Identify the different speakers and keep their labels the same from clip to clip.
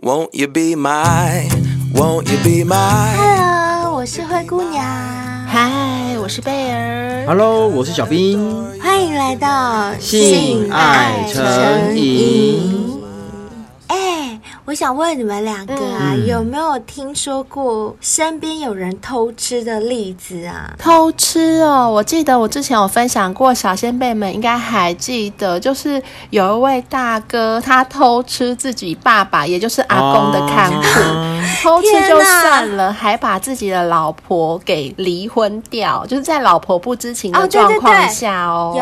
Speaker 1: Won't you be my? Won't you be my?
Speaker 2: Hello，我是灰姑娘，
Speaker 3: 嗨，我是贝儿。
Speaker 4: Hello，我是小兵。
Speaker 2: 欢迎来到
Speaker 4: 性爱成瘾。
Speaker 2: 哎，我想问你们两个啊，有没有听说过身边有人偷吃的例子啊？
Speaker 3: 偷吃哦！我记得我之前有分享过，小先辈们应该还记得，就是有一位大哥，他偷吃自己爸爸，也就是阿公的看护，
Speaker 4: 哦
Speaker 3: 偷吃就算了，还把自己的老婆给离婚掉，就是在老婆不知情
Speaker 2: 哦
Speaker 3: 的
Speaker 2: 对对
Speaker 3: 状况
Speaker 2: 对
Speaker 3: 下哦。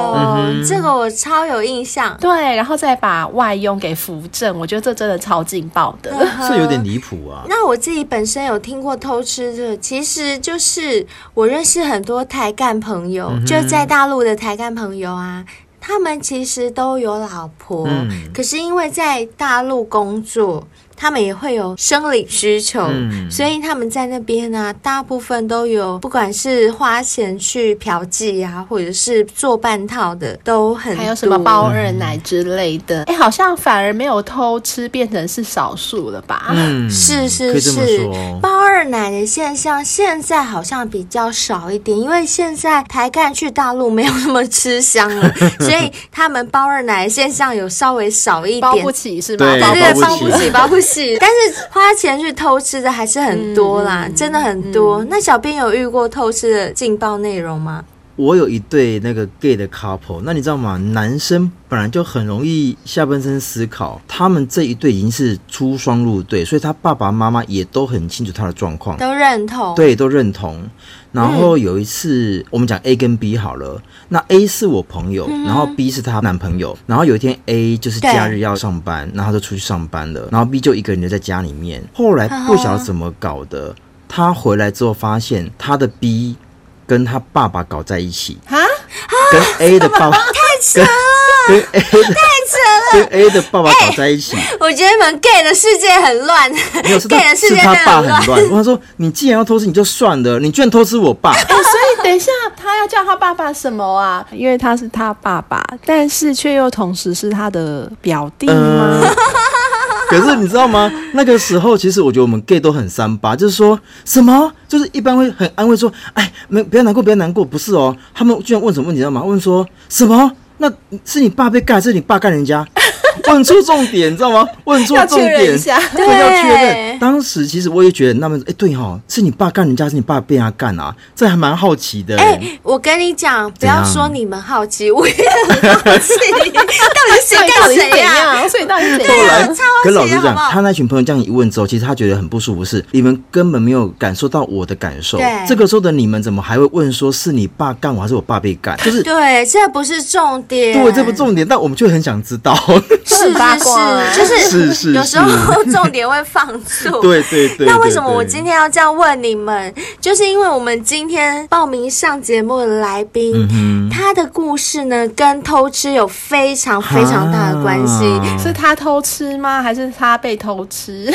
Speaker 2: 有，这个我超有印象。
Speaker 3: 对，然后再把外佣给扶正，我觉得这真的超劲爆的。
Speaker 4: 这有点离谱啊！
Speaker 2: 那我自己本身有听过偷吃的，其实就是我认识很多台干朋友，
Speaker 4: 嗯
Speaker 2: 就在大陆的台干朋友啊。他们其实都有老婆，
Speaker 4: 嗯
Speaker 2: 可是因为在大陆工作，他们也会有生理需求，
Speaker 4: 嗯
Speaker 2: 所以他们在那边呢、大部分都有，不管是花钱去嫖妓啊，或者是做半套的，都很
Speaker 3: 还有什么
Speaker 2: 多
Speaker 3: 包二奶之类的，嗯哎、好像反而没有偷吃变成是少数了吧？
Speaker 4: 嗯，
Speaker 2: 是
Speaker 4: 可
Speaker 2: 是
Speaker 4: 以这么
Speaker 2: 是
Speaker 4: 说，
Speaker 2: 包二奶的现象现在好像比较少一点，因为现在台干去大陆没有那么吃香 了，所以他们包二奶的现象有稍微少一
Speaker 3: 包
Speaker 2: 点
Speaker 3: 不。起是吗？
Speaker 4: 对
Speaker 3: 包
Speaker 2: 对
Speaker 3: 不
Speaker 2: 对，
Speaker 4: 包
Speaker 2: 包
Speaker 4: 不
Speaker 2: 不
Speaker 4: 起
Speaker 2: 起，包不 起。但是花钱去偷吃的还是很多啦，
Speaker 4: 嗯
Speaker 2: 真的很多。那小编有遇过偷吃的劲爆内容吗？
Speaker 4: 我有一对那个 gay 的 couple，那你知道吗？男生本来就很容易下半身思考，他们这一对已经是出双入对，所以他爸爸妈妈也都很清楚他的状况，
Speaker 2: 都认同。
Speaker 4: 对，都认同。然后有一
Speaker 2: 嗯
Speaker 4: 次，我们讲 A 跟 B 好了，那 A 是我朋友，然后 B 是她男朋友。然后有一天 A 就是假日要上班，然后她就出去上班了，然后 B 就一个人留在家里面。后来不晓得怎么搞的，她回来之后发现她的 B 跟她爸爸搞在一起，
Speaker 3: 啊，
Speaker 4: 跟 A 的爸爸
Speaker 2: 哦
Speaker 4: 跟 跟 A 的跟 A 的爸
Speaker 2: 哎
Speaker 4: 爸搞在一起。
Speaker 2: 我觉得你们 gay 的世界很乱
Speaker 4: 没有是 他
Speaker 2: ，gay 的世
Speaker 4: 是
Speaker 2: 界真
Speaker 4: 他
Speaker 2: 的很
Speaker 4: 爸
Speaker 2: 乱。
Speaker 4: 很乱。我跟他说，你既然要偷吃，你就算了，你居然偷吃我爸。
Speaker 3: 哎、所以等一下他要叫他爸爸什么啊？
Speaker 5: 因为他是他爸爸，但是却又同时是他的表弟吗
Speaker 4: 嗯？，可是你知道吗？那个时候，其实我觉得我们 gay 都很三八，就是说什么，就是一般会很安慰说，哎，没不要难过，不要难过，不是哦。他们居然问什么问题，你知道吗？问说什么？那是你爸被盖，还是你爸盖 人家？问出重点，你知道吗？问出
Speaker 3: 要
Speaker 4: 重
Speaker 3: 确认
Speaker 4: 点
Speaker 3: 一下，
Speaker 4: 对，要确
Speaker 2: 对
Speaker 4: 认。当时其实我也觉得很纳闷，哎，对哈、哦，是你爸干人家，还是你爸被人家干啊？这还蛮好奇的。欸
Speaker 2: 哎、我跟你讲，不要
Speaker 4: 怎样
Speaker 2: 说你们好奇，我也很好奇，到底谁啊干
Speaker 3: 所以到底是
Speaker 2: 谁
Speaker 3: 怎
Speaker 2: 呀、
Speaker 4: 啊
Speaker 3: 样？所以到底是怎
Speaker 4: 后
Speaker 3: 样？
Speaker 4: 来
Speaker 2: 超好
Speaker 4: 哎跟老
Speaker 2: 奇
Speaker 4: 师
Speaker 2: 的好
Speaker 4: 讲
Speaker 2: 不，好
Speaker 4: 他那群朋友这样一问之后，其实他觉得很不舒服是，你们根本没有感受到我的感受
Speaker 2: 对。
Speaker 4: 这个时候的你们怎么还会问说是你爸干我还是我爸被干？就是
Speaker 2: 对，这不是重点，
Speaker 4: 对，这不重点，但我们却很想 知道。
Speaker 2: 是
Speaker 3: 很八卦啊
Speaker 2: 是是，就是
Speaker 4: 是是
Speaker 2: 有时候重点会放错。
Speaker 4: 对对对。
Speaker 2: 那为
Speaker 4: 对
Speaker 2: 什么
Speaker 4: 对
Speaker 2: 我今天要这样问你们？就是因为我们今天报名上节目的来宾，
Speaker 4: 嗯
Speaker 2: 他的故事呢跟偷吃有非常非常大的关系。
Speaker 4: 啊
Speaker 3: 是他偷吃吗？还是他被偷 吃？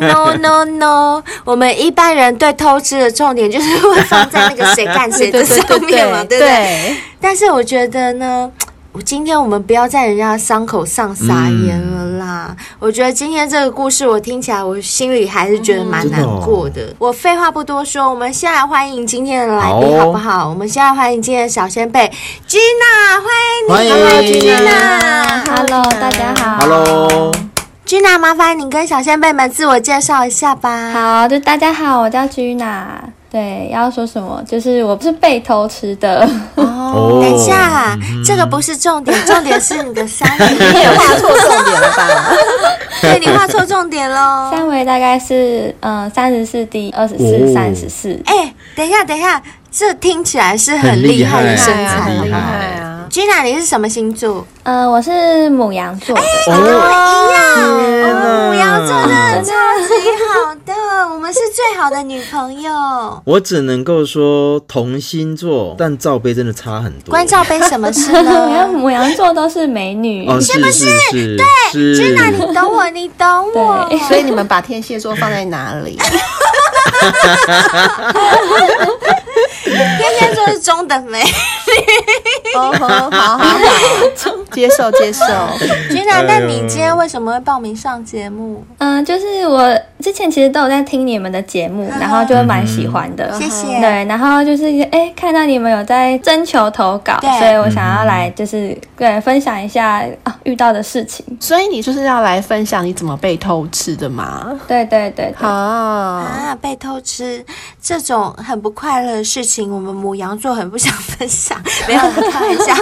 Speaker 2: No no no！我们一般人对偷吃的重点就是会放在那个谁干谁的上面嘛，对不对？
Speaker 3: 对，
Speaker 2: 但是我觉得呢，我今天我们不要在人家的伤口上撒盐了啦。我觉得今天这个故事我听起来，我心里还是觉得蛮难过的。我废话不多说，我们先来欢迎今天的来
Speaker 4: 好
Speaker 2: 宾，
Speaker 4: 哦
Speaker 2: 好不好？我们先来欢迎今天的小先辈 Gina，欢迎你
Speaker 4: 欢迎
Speaker 2: Gina。
Speaker 6: Hello，大家好。
Speaker 4: ，Hello，
Speaker 2: Gina，麻烦你跟小先辈们自我介绍一下吧。
Speaker 6: 好，就大家好，我叫 Gina。对，要说什么？就是我不是被偷吃的，
Speaker 4: 哦
Speaker 2: 等一下，这个不是重点， 重点是你的三
Speaker 3: 你
Speaker 2: 围，
Speaker 3: 也画错重点了吧？
Speaker 2: 对你画错重点喽。
Speaker 6: 三围大概是嗯三十四 D 二十
Speaker 4: 哦
Speaker 6: 四三十四。
Speaker 2: 哎、等一下，等一下，这听起来是
Speaker 4: 很厉
Speaker 2: 厉害
Speaker 5: 哎
Speaker 2: 的
Speaker 4: 害
Speaker 2: 身
Speaker 4: 啊
Speaker 2: 材
Speaker 4: 很
Speaker 2: 了
Speaker 4: 厉
Speaker 2: 吧
Speaker 4: 害
Speaker 3: 啊！
Speaker 2: ？Gina，你是什么星座？
Speaker 6: 呃，我是母羊座的，
Speaker 4: 哦，
Speaker 2: 一样，
Speaker 4: 天哪
Speaker 2: 哦母羊座真的超级好的，我们是最好的女朋友。
Speaker 4: 我只能够说同星座，但罩杯真的差很多。
Speaker 2: 关照杯什么事
Speaker 6: 母羊
Speaker 2: 呢
Speaker 6: 母羊座都是美女。
Speaker 4: 哦，是是是，是
Speaker 2: ？Gina，你懂我，你懂我。
Speaker 6: 对，
Speaker 3: 所以你们把天蝎座放在哪里？
Speaker 2: 天蝎座是中等美，
Speaker 3: 哦，好好好，接受接受。
Speaker 2: 君娜，
Speaker 4: 啊
Speaker 2: 那你今天为什么会报名上节目？
Speaker 6: 嗯，就是我之前其实都有在听你们的节目，然后就会蛮喜欢的。嗯
Speaker 2: 谢谢。
Speaker 6: 对，然后就是哎，看到你们有在征求投稿
Speaker 2: 对，
Speaker 6: 所以我想要来就是对分享一下啊遇到的事情。
Speaker 3: 所以你就是要来分享你怎么被偷吃的嘛？
Speaker 6: 对对对对，
Speaker 3: 啊，
Speaker 2: 啊，被偷吃这种很不快乐的事情，我们母羊座很不想分 享。没有啦，开玩笑。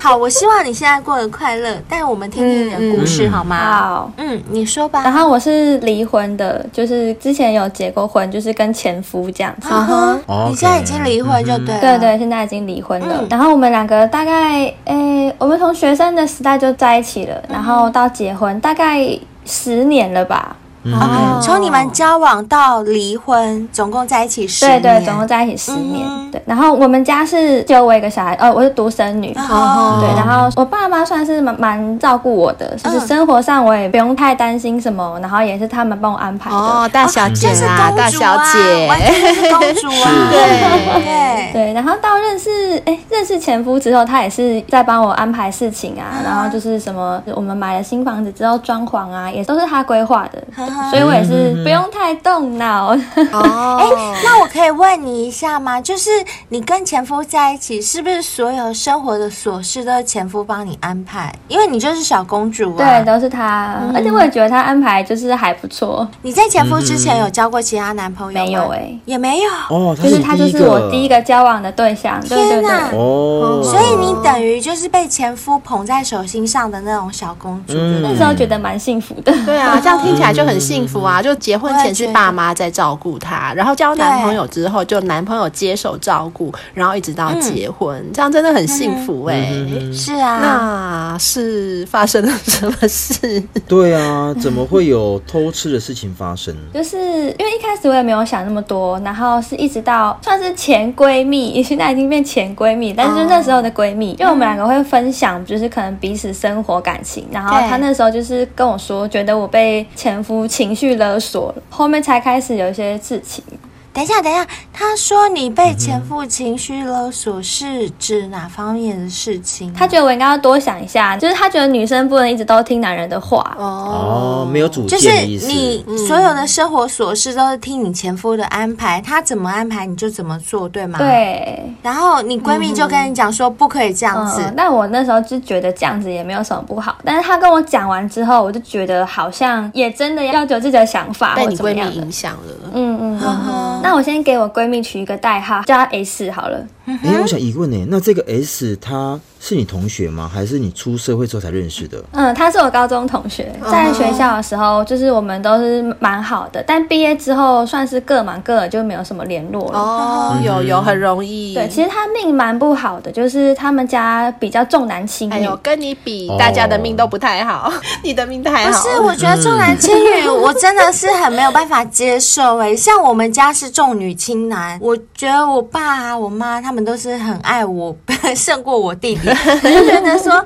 Speaker 2: 好，我希望你现在过得快乐，但我们听听你的故事、
Speaker 4: 嗯
Speaker 2: 好吗？
Speaker 6: 好。
Speaker 2: 嗯，你说吧。
Speaker 6: 然后我是离婚的，就是之前有结过婚，就是跟前夫这样子。
Speaker 2: 啊哈
Speaker 4: 哦，
Speaker 2: 你现在已经离婚就对了。
Speaker 6: 对啊对，现在已经离婚了。
Speaker 2: 嗯
Speaker 6: 然后我们两个大概，诶，我们从学生的时代就在一起了，然后到结婚大概十年了吧。
Speaker 3: 哦
Speaker 2: 从你们交往到离婚，总共在一起十
Speaker 6: 对
Speaker 2: 年。
Speaker 6: 对，总共在一起十年。
Speaker 2: 嗯哼
Speaker 6: 对，然后我们家是只有我一个小孩，呃，我是独生女。
Speaker 2: 哦
Speaker 6: 对，然后我爸妈算是蛮蛮照顾我的，就是
Speaker 2: 嗯
Speaker 6: 生活上我也不用太担心什么，然后也是他们帮我安排的。
Speaker 3: 哦，大小姐
Speaker 2: 就是公主
Speaker 3: 啦，
Speaker 2: 啊，
Speaker 3: 大小姐，
Speaker 2: 完全就是公主啊对对。
Speaker 6: 对，然后到认识哎认识前夫之后，他也是在帮我安排事情
Speaker 2: 嗯
Speaker 6: 啊，然后就是什么我们买了新房子之后装潢啊，也都是他规划的，
Speaker 2: 嗯
Speaker 6: 对所以我也是不用太动脑。
Speaker 3: 哦，
Speaker 2: 哎那我可以问你一下吗？就是你跟前夫在一起，是不是所有生活的琐事都是前夫帮你安排？因为你就是小公主啊。
Speaker 6: 对，，都是他，
Speaker 2: 嗯
Speaker 6: 而且我也觉得他安排就是还不错，
Speaker 2: 你在前夫之前有交过其他男朋友吗？
Speaker 6: 没有哎
Speaker 2: 也没有。
Speaker 4: 哦，他
Speaker 6: 就是是他就是我第一
Speaker 4: 个
Speaker 6: 个嗯交往的对象。对对
Speaker 2: 天哪
Speaker 6: 对。
Speaker 4: 哦，
Speaker 2: 所以你等于就是被前夫捧在手心上的那种小公主，
Speaker 4: 嗯
Speaker 2: 对不
Speaker 6: 那
Speaker 2: 对
Speaker 6: 时候觉得蛮幸福的，
Speaker 3: 对啊，这样听起来就很幸福啊！就结婚前
Speaker 2: 我也觉
Speaker 3: 是
Speaker 2: 得
Speaker 3: 爸妈在照顾她，然后交男朋友之后就男朋友接手照顾，然后一直到结婚，这样真的很幸福哎、
Speaker 2: 是啊，
Speaker 3: 那是发生了什么事？
Speaker 4: 对啊，怎么会有偷吃的事情发生？
Speaker 6: 就是因为一开始我也没有想那么多，然后是一直到算是前闺蜜，现在已经变前闺蜜，但是就那时候的闺蜜，因为我们两个会分享，就是可能彼此生活感情，然后
Speaker 2: 对
Speaker 6: 她那时候就是跟我说，觉得我被前夫情绪勒索了，后面才开始有一些事情，
Speaker 2: 等一下，等一下，他说你被前夫情绪勒索是指哪方面的事情啊？
Speaker 6: 她觉得我应该要多想一下，就是她觉得女生不能一直都听男人的话，
Speaker 4: 哦，没有主
Speaker 2: 就
Speaker 4: 见
Speaker 2: 是
Speaker 4: 的意思。嗯
Speaker 2: 你所有的生活琐事都是听你前夫的安排，他怎么安排你就怎么做，对吗？。
Speaker 6: 对。
Speaker 2: 然后你闺蜜就跟你讲说不可以这样子，
Speaker 6: 嗯，但我那时候就觉得这样子也没有什么不好，但是她跟我讲完之后，我就觉得好像也真的要有自己的想法，
Speaker 3: 被你
Speaker 6: 怎么
Speaker 3: 闺蜜
Speaker 6: 样的
Speaker 3: 影响了。
Speaker 6: 嗯嗯
Speaker 2: 嗯哼
Speaker 6: 嗯，那我先给我闺蜜取一个代号，叫她 S 好了。
Speaker 4: 哎、我想疑问呢，那这个 S 他是你同学吗？还是你出社会之后才认识的？
Speaker 6: 嗯，她是我高中同学，
Speaker 3: 嗯
Speaker 6: 在学校的时候，就是我们都是蛮好的，但毕业之后算是各忙各的，就没有什么联络了。
Speaker 3: 哦，有有很容易。
Speaker 6: 对，其实她命蛮不好的，就是他们家比较重男轻
Speaker 3: 哎
Speaker 6: 女
Speaker 3: 呦，，跟你比，大家的命都不太好， 你的命太
Speaker 2: 不
Speaker 3: 好。
Speaker 2: 是，我觉得重男轻女，我真的是很没有办法接受 哎、像我们家是重女轻男，我觉得我爸啊、我妈他们都是很爱我， 胜过我弟弟。我就觉得说，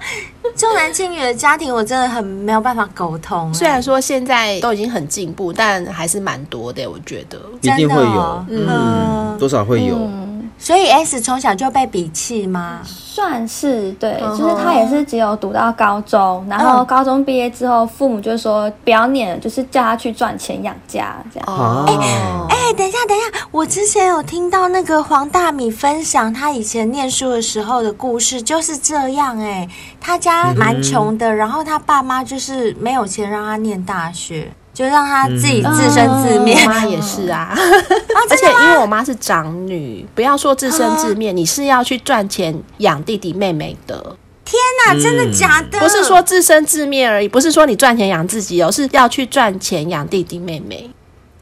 Speaker 2: 重男轻女的家庭，我真的很没有办法沟通、欸
Speaker 3: 虽然
Speaker 2: 说
Speaker 3: 说现在都已经很进步，但还是蛮多的，我觉得。
Speaker 4: 一定会有，
Speaker 2: 真的哦
Speaker 4: 嗯，多少会有。
Speaker 2: 所以 S 从小就被鄙弃吗？
Speaker 6: 嗯算是对，
Speaker 3: 嗯哼
Speaker 6: 就是她也是只有读到高中，然后
Speaker 2: 嗯
Speaker 6: 高中毕业之后，父母就说不要念了，就是叫她去赚钱养家这样。
Speaker 3: 哦，
Speaker 2: 哎、等一下，等一下，我之前有听到那个黄大米分享他以前念书的时候的故事，就是这样哎、他家蛮穷的，然后他爸妈就是没有钱让他念大学，就让他自己自生自灭。
Speaker 3: 哎我妈也是 啊，而且因为我妈是长女，不要说自生自灭，你是要去赚钱养弟弟妹妹的，
Speaker 2: 天哪，真的假的？
Speaker 3: 不是说自生自灭而已，不是说你赚钱养自己哦，是要去赚钱养弟弟妹妹。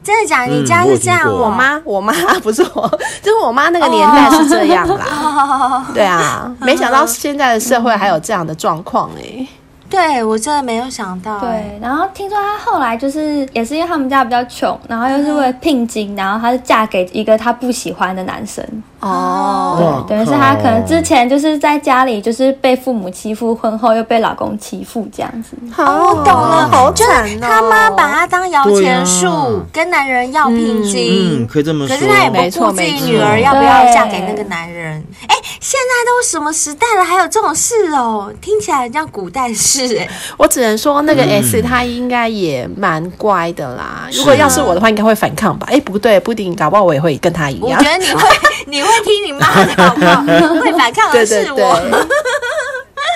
Speaker 2: 真的假的，你
Speaker 4: 嗯
Speaker 2: 家
Speaker 4: 我
Speaker 2: 是
Speaker 4: 有
Speaker 2: 这
Speaker 4: 听
Speaker 2: 样
Speaker 4: 过
Speaker 2: 哦，
Speaker 3: 我妈，我妈不是我，就是我妈那个年代是这样啦。 对
Speaker 2: 嗯
Speaker 3: 啊，没想到现在的社会还有这样的状况哎。
Speaker 2: 对我真的没有想到、哎，
Speaker 6: 对，然后听说她后来就是也是因为他们家比较穷，然后又是为了聘金，然后她是嫁给一个她不喜欢的男生，
Speaker 3: 哦，
Speaker 6: 等于是她可能之前就是在家里就是被父母欺负，婚后又被老公欺负这样子。
Speaker 3: 好，我
Speaker 2: 哦懂了
Speaker 3: 好惨哦。
Speaker 2: 他妈把他当摇钱树，
Speaker 4: 对啊
Speaker 2: 跟男人要聘金。
Speaker 4: 嗯，可以这么
Speaker 2: 可
Speaker 4: 说。
Speaker 2: 是他也不
Speaker 3: 没错
Speaker 2: 顾自己
Speaker 3: 没错
Speaker 2: 女儿要不要嫁给那个男人。哎，现在都什么时代了，还有这种事哦？听起来像古代事 哎、
Speaker 3: 我只能说那个 S 他应该也蛮乖的啦。如果要嗯是我的话，应该会反抗吧？哎，不对，不一定，搞不好我也会跟他一
Speaker 2: 我
Speaker 3: 样
Speaker 2: 觉。得你会 你会听你妈的好不好？会反抗
Speaker 3: 对
Speaker 2: 的
Speaker 3: 对
Speaker 2: 是我。
Speaker 3: 对，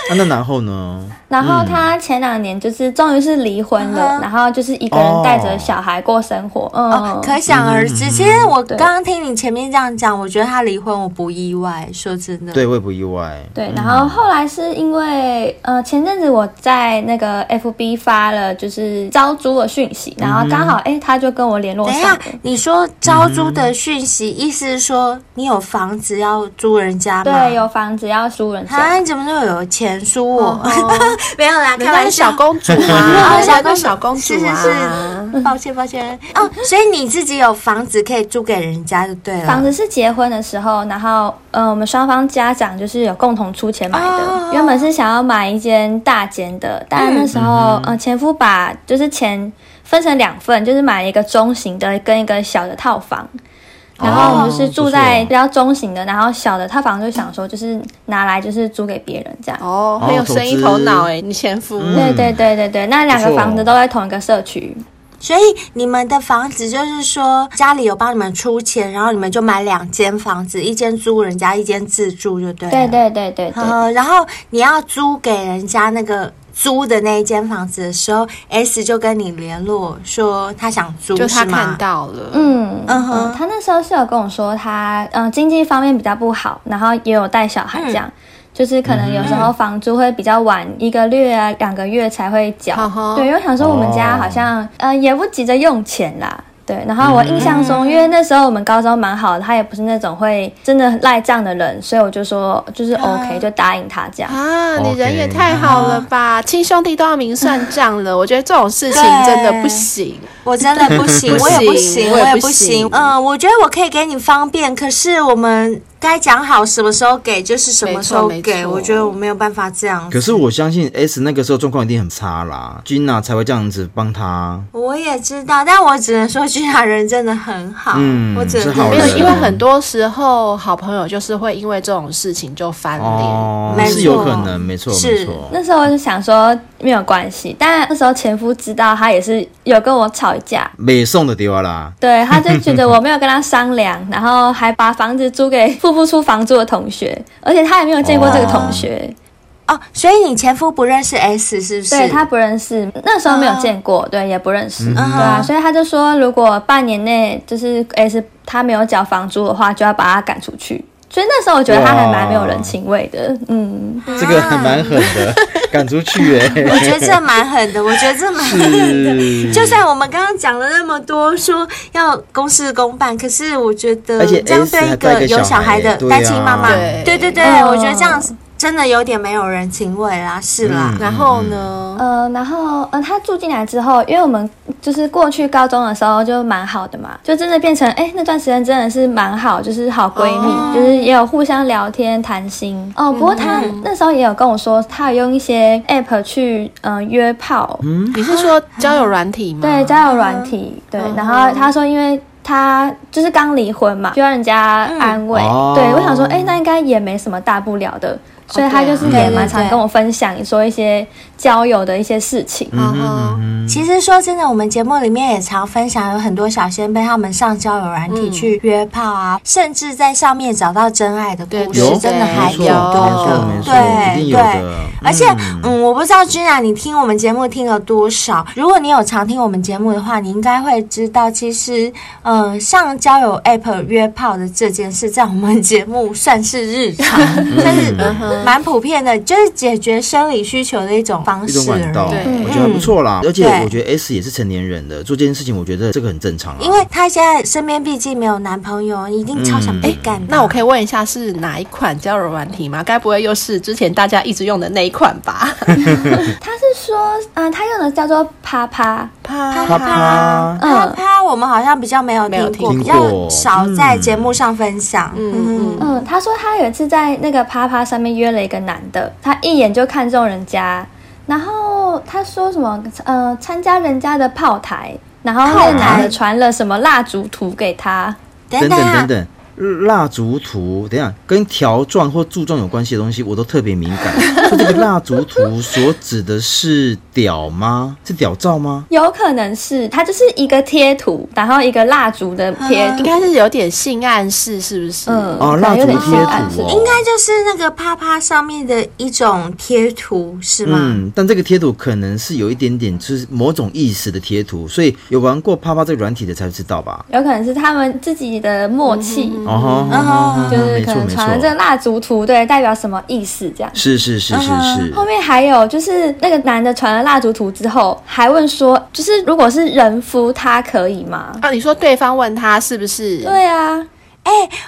Speaker 4: 啊，那然后呢？
Speaker 6: 然后他前两年就是终于是离婚
Speaker 2: 嗯
Speaker 6: 了，然后就是一个人带着小孩过生活。嗯，
Speaker 2: 哦可想而知，其实我
Speaker 6: 对
Speaker 2: 刚刚听你前面这样讲，我觉得他离婚我不意外。说真的，
Speaker 4: 对，我也不意外。
Speaker 2: 嗯
Speaker 6: 对，然后后来是因为呃，前阵子我在那个 FB 发了就是招租的讯息，然后刚好哎、他就跟我联络
Speaker 2: 嗯等一
Speaker 6: 上
Speaker 2: 下
Speaker 6: 了。，
Speaker 2: 你说
Speaker 3: 嗯
Speaker 2: 招租的讯息，意思是说你有房子要租人家吗？
Speaker 6: 对，有房子要租人家
Speaker 2: 啊，。你怎么那么有钱输我？ 没有啦，哦开
Speaker 3: 哦人家
Speaker 2: 玩
Speaker 3: 是
Speaker 2: 笑
Speaker 3: 小。公主啊，
Speaker 2: 哦
Speaker 3: 人家是小公主
Speaker 2: 是是
Speaker 3: 啊。
Speaker 2: 是，抱歉抱歉。哦，所以你自己有房子可以租给人家就对了。
Speaker 6: 房子是结婚的时候，然后呃，我们双方家长就是有共同出钱买的。
Speaker 2: 哦
Speaker 6: 原本是想要买一间大间的，但那时候、呃，前夫把就是钱分成两份，就是买了一个中型的跟一个小的套房。然后我们就是住在比较中型的，然后小的套房就想说就是拿来就是租给别人这样。
Speaker 3: 哦，很有生意头脑哎，你前夫。
Speaker 6: 对对对对对，那两个
Speaker 4: 不错
Speaker 6: 房子都在同一个社区。
Speaker 2: 所以你们的房子就是说家里有帮你们出钱，然后你们就买两间房子，一间租人家，一间自住，就对。啊
Speaker 6: 对。对对对对。
Speaker 2: 呃，然后你要租给人家那个租的那一间房子的时候，S 就跟你联络说他想租，
Speaker 3: 就他
Speaker 2: 是吗
Speaker 3: 看到了，
Speaker 6: 嗯
Speaker 2: 嗯
Speaker 6: 嗯
Speaker 2: 哼
Speaker 6: 哼，他那时候是有跟我说他嗯、呃经济方面比较不好，然后也有带小孩这样，就是可能有时候房租会比较晚一个月啊两个月才会缴。
Speaker 3: 好好
Speaker 6: 对，因为我想说我们家好像、呃也不急着用钱啦。对，然后我印象中，因为那时候我们高中蛮好的，他也不是那种会真的赖账的人，所以我就说就是 OK，、就答应他这样。
Speaker 3: 啊，
Speaker 4: OK
Speaker 3: 你人也太好了吧！亲兄弟都要明算账 了，我觉得这种事情
Speaker 2: 对
Speaker 3: 真的不行。
Speaker 2: 我真的不
Speaker 3: ，
Speaker 2: 行
Speaker 3: 不
Speaker 2: 我也不
Speaker 3: 行
Speaker 2: 行，
Speaker 3: 我
Speaker 2: 我
Speaker 3: 也
Speaker 2: 也
Speaker 3: 不
Speaker 2: 不行
Speaker 3: 行。
Speaker 2: 嗯，我觉得我可以给你方便，可是我们该讲好什么时候给就是什么时候
Speaker 3: 没错没
Speaker 2: 给，
Speaker 3: 错
Speaker 2: 我觉得我没有办法这样。
Speaker 4: 可是我相信 S 那个时候状况一定很差啦，Gina 才会这样子帮他。
Speaker 2: 我也知道，但我只能说君雅人真的很好，
Speaker 4: 嗯
Speaker 2: 我只能
Speaker 4: 是好
Speaker 3: 没
Speaker 4: 人
Speaker 3: 有，
Speaker 4: 对
Speaker 3: 因为很多时候好朋友就是会因为这种事情就翻脸。
Speaker 4: 哦，
Speaker 2: 没错
Speaker 4: 是有可能，没错，
Speaker 2: 是
Speaker 4: 没错。
Speaker 6: 那时候我就想说没有关系，但那时候前夫知道，他也是有跟我吵架，
Speaker 4: 美送的丢
Speaker 2: 啊
Speaker 4: 啦，
Speaker 6: 对，他就觉得我没有跟他商量，然后还把房子租给付不出房租的同学，而且他也没有见过这个同学，
Speaker 2: 哦，所以你前夫不认识 S 是不是？
Speaker 6: 对他不认识，那时候没有见过，对，也不认识，对啊，所以他就说，如果半年内就是 S 他没有缴房租的话，就要把他赶出去。所以那时候我觉得他还蛮没有人情味的，嗯，
Speaker 4: 这个还蛮狠的， 赶出去哎、
Speaker 2: 我觉得这蛮狠的，我觉得这蛮狠的。
Speaker 4: 是，
Speaker 2: 就算我们刚刚讲了那么多，说要公事公办，可是我觉得
Speaker 4: 而且
Speaker 2: 这样
Speaker 4: S
Speaker 2: 对
Speaker 4: 还
Speaker 2: 一
Speaker 4: 带
Speaker 2: 个
Speaker 4: 个
Speaker 2: 有
Speaker 4: 小
Speaker 2: 小
Speaker 4: 孩
Speaker 2: 孩的
Speaker 4: 对啊
Speaker 2: 单亲妈妈，
Speaker 3: 对
Speaker 2: 对对对，
Speaker 6: 哦
Speaker 2: 我觉得这样真的有点没有人情味啦，是啦。
Speaker 4: 嗯
Speaker 3: 然后呢？
Speaker 6: 呃，然后呃，他住进来之后，因为我们就是过去高中的时候就蛮好的嘛，就真的变成哎、那段时间真的是蛮好，就是好闺蜜，就是也有互相聊天谈心哦。不过他那时候也有跟我说，他有用一些 app 去嗯、呃约炮，
Speaker 4: 嗯
Speaker 3: 你是说交友软体吗？
Speaker 6: 对交友软体，对。然后他说，因为他就是刚离婚嘛，需要人家安慰。
Speaker 4: 哦
Speaker 6: 对我想说，哎、那应该也没什么大不了的。所以他
Speaker 3: 对
Speaker 6: 就
Speaker 3: 啊
Speaker 6: 是也蛮
Speaker 2: 对对
Speaker 6: 常
Speaker 2: 对
Speaker 6: 跟我分享说一些交友的一些事情，
Speaker 3: 嗯哼，
Speaker 2: 其实说真的，我们节目里面也常分享，有很多小先辈他们上交友软体去约炮啊，甚至在上面找到真爱的故事
Speaker 3: 嗯对，
Speaker 4: 嗯有
Speaker 3: 对
Speaker 2: 真的还
Speaker 4: 没
Speaker 2: 有
Speaker 4: 错，没错，
Speaker 2: 的
Speaker 4: 没，错，一定
Speaker 2: 对
Speaker 4: 有
Speaker 2: 对。
Speaker 4: 的。
Speaker 2: 而且，嗯，我不知道君然你听我们节目听了多少。如果你有常听我们节目的话，你应该会知道，其实，嗯、上交友 App 约炮的这件事，在我们节目算是日 常，算是
Speaker 4: 嗯
Speaker 2: 嗯蛮普遍的，就是解决生理需求的一种方
Speaker 4: 一
Speaker 2: 式
Speaker 4: 种
Speaker 2: 而
Speaker 4: 管道，
Speaker 2: 已。
Speaker 3: 对
Speaker 4: 我觉得还不错啦。而且
Speaker 2: 嗯对
Speaker 4: 我觉得 S 也是成年人的，做这件事情，我觉得这个很正常啊。
Speaker 2: 因为她现在身边毕竟没有男朋友，一定超
Speaker 4: 嗯
Speaker 2: 想被干的、
Speaker 3: 那我可以问一下是哪一款交友软体吗？该不会又是之前大家一直用的那一款吧？
Speaker 6: 他是说，嗯、他用的叫做啪啪，
Speaker 3: 啪
Speaker 4: 啪啪，
Speaker 2: 啪
Speaker 6: 嗯
Speaker 2: 啪，我们好像比较没有
Speaker 3: 没有
Speaker 2: 听过，
Speaker 4: 听
Speaker 2: 比
Speaker 4: 过
Speaker 2: 较
Speaker 4: 嗯
Speaker 2: 少在节目上分享。嗯
Speaker 3: 嗯嗯，
Speaker 6: 嗯，他说他有一次在那个啪啪上面约了一个男的，他一眼就看中人家，然后他说什么，呃，参加人家的炮台，然后那个男的传了什么蜡烛图给他，
Speaker 2: 等
Speaker 4: 等
Speaker 2: 等
Speaker 4: 等
Speaker 2: 啊
Speaker 4: 等，等，蜡烛图，等一下跟条状或柱状有关系的东西，我都特别敏感。所以这个蜡烛图所指的是屌吗？是屌照吗？
Speaker 6: 有可能是它就是一个贴图，然后一个蜡烛的贴
Speaker 3: 应
Speaker 6: 图，
Speaker 3: 该是有点性暗示，是不是？
Speaker 6: 嗯，
Speaker 4: 哦，蜡
Speaker 6: 有
Speaker 4: 烛
Speaker 6: 点
Speaker 4: 贴
Speaker 6: 像暗示
Speaker 4: 图哦，
Speaker 2: 应该就是那个啪啪上面的一种贴图是吗？
Speaker 4: 嗯，但这个贴图可能是有一点点就是某种意识的贴图，所以有玩过啪啪这个软体的才知道吧？
Speaker 6: 有可能是他们自己的默契，
Speaker 4: 哦吼，哦吼
Speaker 6: 嗯就是
Speaker 4: 没
Speaker 6: 可
Speaker 4: 错
Speaker 6: 能
Speaker 4: 没
Speaker 6: 传了这个
Speaker 4: 错，
Speaker 6: 蜡烛图，对，代表什么意思这样。
Speaker 4: 是是
Speaker 6: 嗯
Speaker 4: 是是是，
Speaker 6: 后面还有就是那个男的传了蜡烛图之后，还问说，就是如果是人夫，他可以吗？
Speaker 3: 啊，你说对方问他是不是？
Speaker 6: 对啊，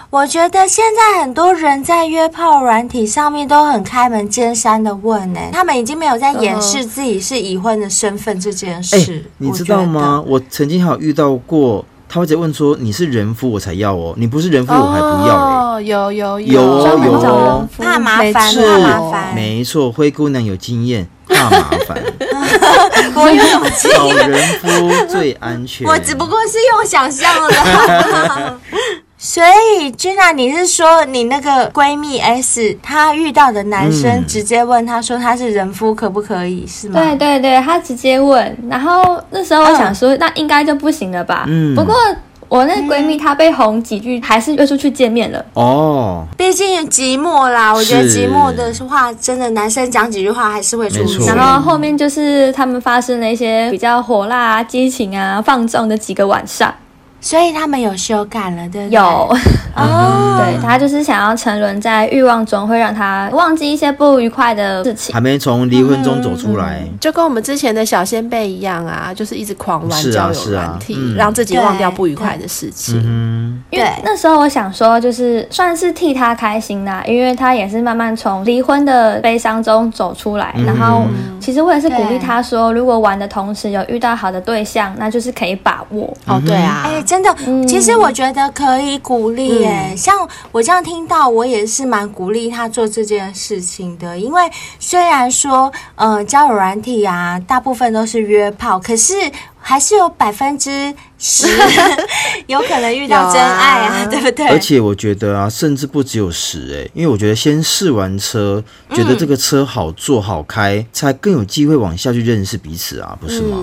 Speaker 2: 我觉得现在很多人在约炮软体上面都很开门见山的问呢、他们已经没有在掩饰自己是已婚的身份这件
Speaker 4: 哎、
Speaker 2: 事。
Speaker 4: 你
Speaker 2: 我
Speaker 4: 知
Speaker 2: 觉
Speaker 4: 道
Speaker 2: 得
Speaker 4: 吗？？我曾经还有遇到过，他会直接问说你是人夫我才要哦，你不是人夫我还不要嘞、
Speaker 3: 哦，有有
Speaker 4: 有哦
Speaker 6: 专门
Speaker 4: 有
Speaker 6: 找
Speaker 4: 哦
Speaker 6: 人夫，
Speaker 2: 怕麻烦，
Speaker 4: 是
Speaker 2: 怕麻烦。
Speaker 4: 没错，灰姑娘有经验，怕麻 烦，
Speaker 2: 我有什么经
Speaker 4: 找
Speaker 2: 验？
Speaker 4: 人夫最安全。
Speaker 2: 我只不过是用想象 的。所以，君娜，你是说你那个闺蜜 S 她遇到的男生
Speaker 4: 嗯
Speaker 2: 直接问她说她是人夫可不可以，是吗？
Speaker 6: 对对对，他直接问，然后那时候我想说，那应该就不行了吧？
Speaker 4: 嗯
Speaker 6: 不过我那闺蜜她被红几句，还是约出去见面了。
Speaker 4: 哦，
Speaker 2: 毕竟寂寞啦，我觉得
Speaker 4: 是
Speaker 2: 寂寞的话，真的男生讲几句话还是会出
Speaker 4: 没错
Speaker 2: 现
Speaker 6: 然。后后面就是他们发生了一些比较火辣、啊、激情啊、放纵的几个晚上，
Speaker 2: 所以他们有修改了，对不对？
Speaker 6: 有，
Speaker 4: 嗯
Speaker 2: 哦，
Speaker 6: 对他就是想要沉沦在欲望中，会让他忘记一些不愉快的事情。
Speaker 4: 还没从离婚中走出来。
Speaker 3: 就跟我们之前的小先辈一样啊，就是一直狂玩
Speaker 4: 是啊
Speaker 3: 交友
Speaker 4: 是啊
Speaker 3: 软体，
Speaker 4: 嗯
Speaker 3: 让自己忘掉不愉快的事情。
Speaker 4: 嗯
Speaker 6: 因为
Speaker 2: 对
Speaker 6: 那时候我想说，就是算是替他开心啦，因为他也是慢慢从离婚的悲伤中走出来。然后，其实我也是鼓励他说，如果玩的同时有遇到好的对象，那就是可以把握。
Speaker 3: 哦，对啊，
Speaker 2: 哎、真的，其实我觉得可以鼓励耶、像我这样听到，我也是蛮鼓励他做这件事情的。因为虽然说，呃，交友软体啊，大部分都是约炮，可是还是有百分之十 有可能遇到真爱啊，对不对？
Speaker 4: 而且我觉得啊，甚至不只有十哎、因为我觉得先试完车，觉得这个车好坐好开，才更有机会往下去认识彼此
Speaker 2: 嗯
Speaker 4: 啊，不是吗？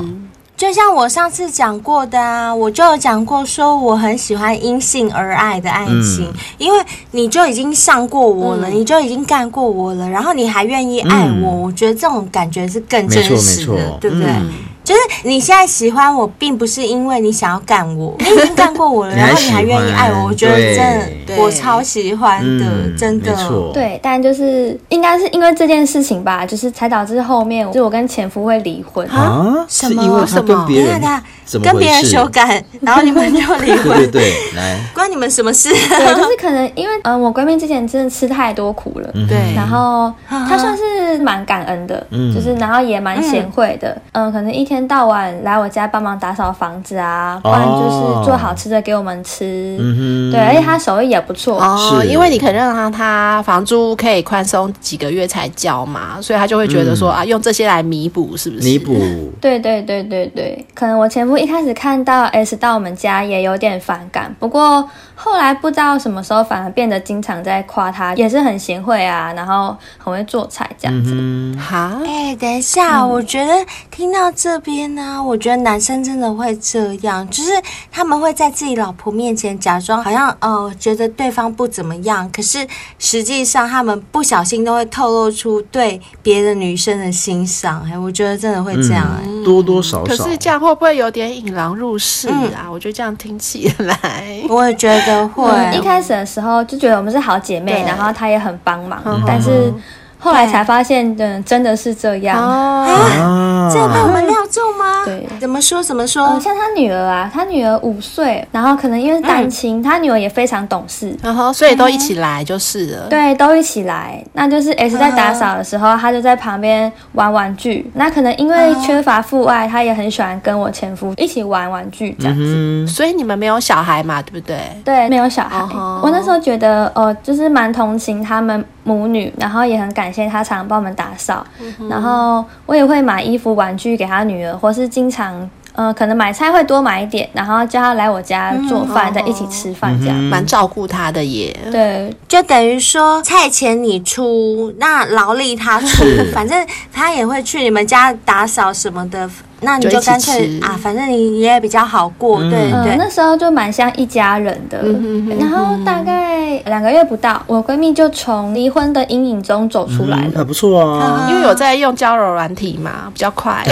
Speaker 2: 就像我上次讲过的啊，我就有讲过说我很喜欢因性而爱的爱
Speaker 4: 嗯
Speaker 2: 情，因为你就已经上过我了，你就已经干过我了，然后你还愿意爱我，
Speaker 4: 嗯
Speaker 2: 我觉得这种感觉是更
Speaker 4: 没
Speaker 2: 真
Speaker 4: 错
Speaker 2: 实
Speaker 4: 没
Speaker 2: 的
Speaker 4: 错，
Speaker 2: 对不对？
Speaker 4: 嗯
Speaker 2: 就是你现在喜欢我，并不是因为你想要干我， 你已经干过我了，
Speaker 4: 你还
Speaker 2: 然后你还愿意爱
Speaker 4: 喜
Speaker 2: 我，
Speaker 4: 欢
Speaker 2: 我觉得真的
Speaker 3: 对
Speaker 2: 我超喜欢的，
Speaker 4: 嗯
Speaker 2: 真的
Speaker 4: 没。错
Speaker 6: 对，啊但就是应该是因为这件事情吧，就是才导致后面就是我跟前夫会离婚。
Speaker 4: 啊，
Speaker 2: 什
Speaker 4: 是
Speaker 2: 么
Speaker 4: 因为他
Speaker 3: 什
Speaker 4: 跟
Speaker 3: 么
Speaker 4: 别
Speaker 2: 等
Speaker 4: 人
Speaker 2: 一下
Speaker 4: 怎
Speaker 2: 啊
Speaker 4: 么
Speaker 2: 跟
Speaker 4: 回
Speaker 2: 别人
Speaker 4: 事
Speaker 2: 修改，然后你们就离
Speaker 4: 对对
Speaker 2: 婚，
Speaker 4: 对， 来，
Speaker 2: 关你们什么事？
Speaker 6: 对，就是可能因为嗯，我闺蜜之前真的吃太多苦了，
Speaker 4: 嗯哼
Speaker 3: 对
Speaker 6: 然后她算是蛮感恩的，
Speaker 4: 嗯
Speaker 6: 就是然后也蛮贤惠的，嗯，可能一天到晚来我家帮忙打扫房子啊，不然就是做好吃的给我们吃，
Speaker 4: 哦嗯哼，
Speaker 6: 对，而且她手艺也不错，
Speaker 3: 哦，
Speaker 4: 是
Speaker 3: 因为你可能让他他房租可以宽松几个月才交嘛，所以他就会觉得说、啊，用这些来弥补，是不是？
Speaker 4: 嗯弥补
Speaker 6: 对对对对对，可能我前夫一开始看到 S 到我们家也有点反感，不过后来不知道什么时候反而变得经常在夸她，也是很贤惠啊，然后很会做菜这样子，
Speaker 3: 哈，
Speaker 2: 哎、等一下，
Speaker 6: 嗯
Speaker 2: 我觉得听到这边呢、我觉得男生真的会这样，就是他们会在自己老婆面前假装好像呃觉得对方不怎么样，可是实际上他们不小心都会透露出对别的女生的欣赏。哎、我觉得真的会这样、哎、
Speaker 6: 嗯
Speaker 4: 多多少
Speaker 3: 可
Speaker 4: 少，
Speaker 3: 是这样会不会有点引狼入室啊？
Speaker 4: 嗯
Speaker 3: 我觉得这样听起来，
Speaker 2: 我也觉得会。
Speaker 6: 嗯一开始的时候就觉得我们是好姐妹，
Speaker 3: 对
Speaker 6: 然后她也很帮忙，但是后来才发现，嗯，真的是这样。
Speaker 3: 哦，
Speaker 4: 啊，
Speaker 2: 这被我们料中吗？
Speaker 6: 嗯对
Speaker 2: 怎么说怎么
Speaker 6: 嗯，
Speaker 2: 说？
Speaker 6: 像她女儿啊，她女儿五岁，然后可能因为单亲，她女儿也非常懂事。
Speaker 3: 然后嗯所以都一起来就是了。
Speaker 6: 对，都一起来。那就是 S 在打扫的时候，她就在旁边玩玩具。那可能因为缺乏父爱，她也很喜欢跟我前夫一起玩玩具这样子。
Speaker 4: 嗯
Speaker 3: 所以你们没有小孩嘛，对不对？
Speaker 6: 对，没有小孩。
Speaker 3: 哦吼
Speaker 6: 我那时候觉得，呃，就是蛮同情他们母女，然后也很感谢她
Speaker 3: 嗯
Speaker 6: 常帮我们打扫，然后我也会买衣服、玩具给她女儿，或是经常。呃，可能买菜会多买一点，然后叫他来我家做
Speaker 3: 嗯
Speaker 6: 饭，再一起吃饭这样。
Speaker 4: 嗯
Speaker 3: 蛮照顾他的耶。
Speaker 6: 对，
Speaker 2: 就等于说菜钱你出，那劳力他出， 反正他也会去你们家打扫什么的。那你
Speaker 3: 就
Speaker 2: 就
Speaker 3: 一起
Speaker 2: 干脆
Speaker 3: 吃
Speaker 2: 啊，反正你也比较好过，对
Speaker 6: 嗯、
Speaker 2: 对。
Speaker 6: 那时候就蛮像一家人的。
Speaker 3: 嗯
Speaker 6: 然后大概两个月不到，我闺蜜就从离婚的阴影中走出来了。
Speaker 4: 还不错啊。
Speaker 3: 因为有在用交友软体嘛，比较快。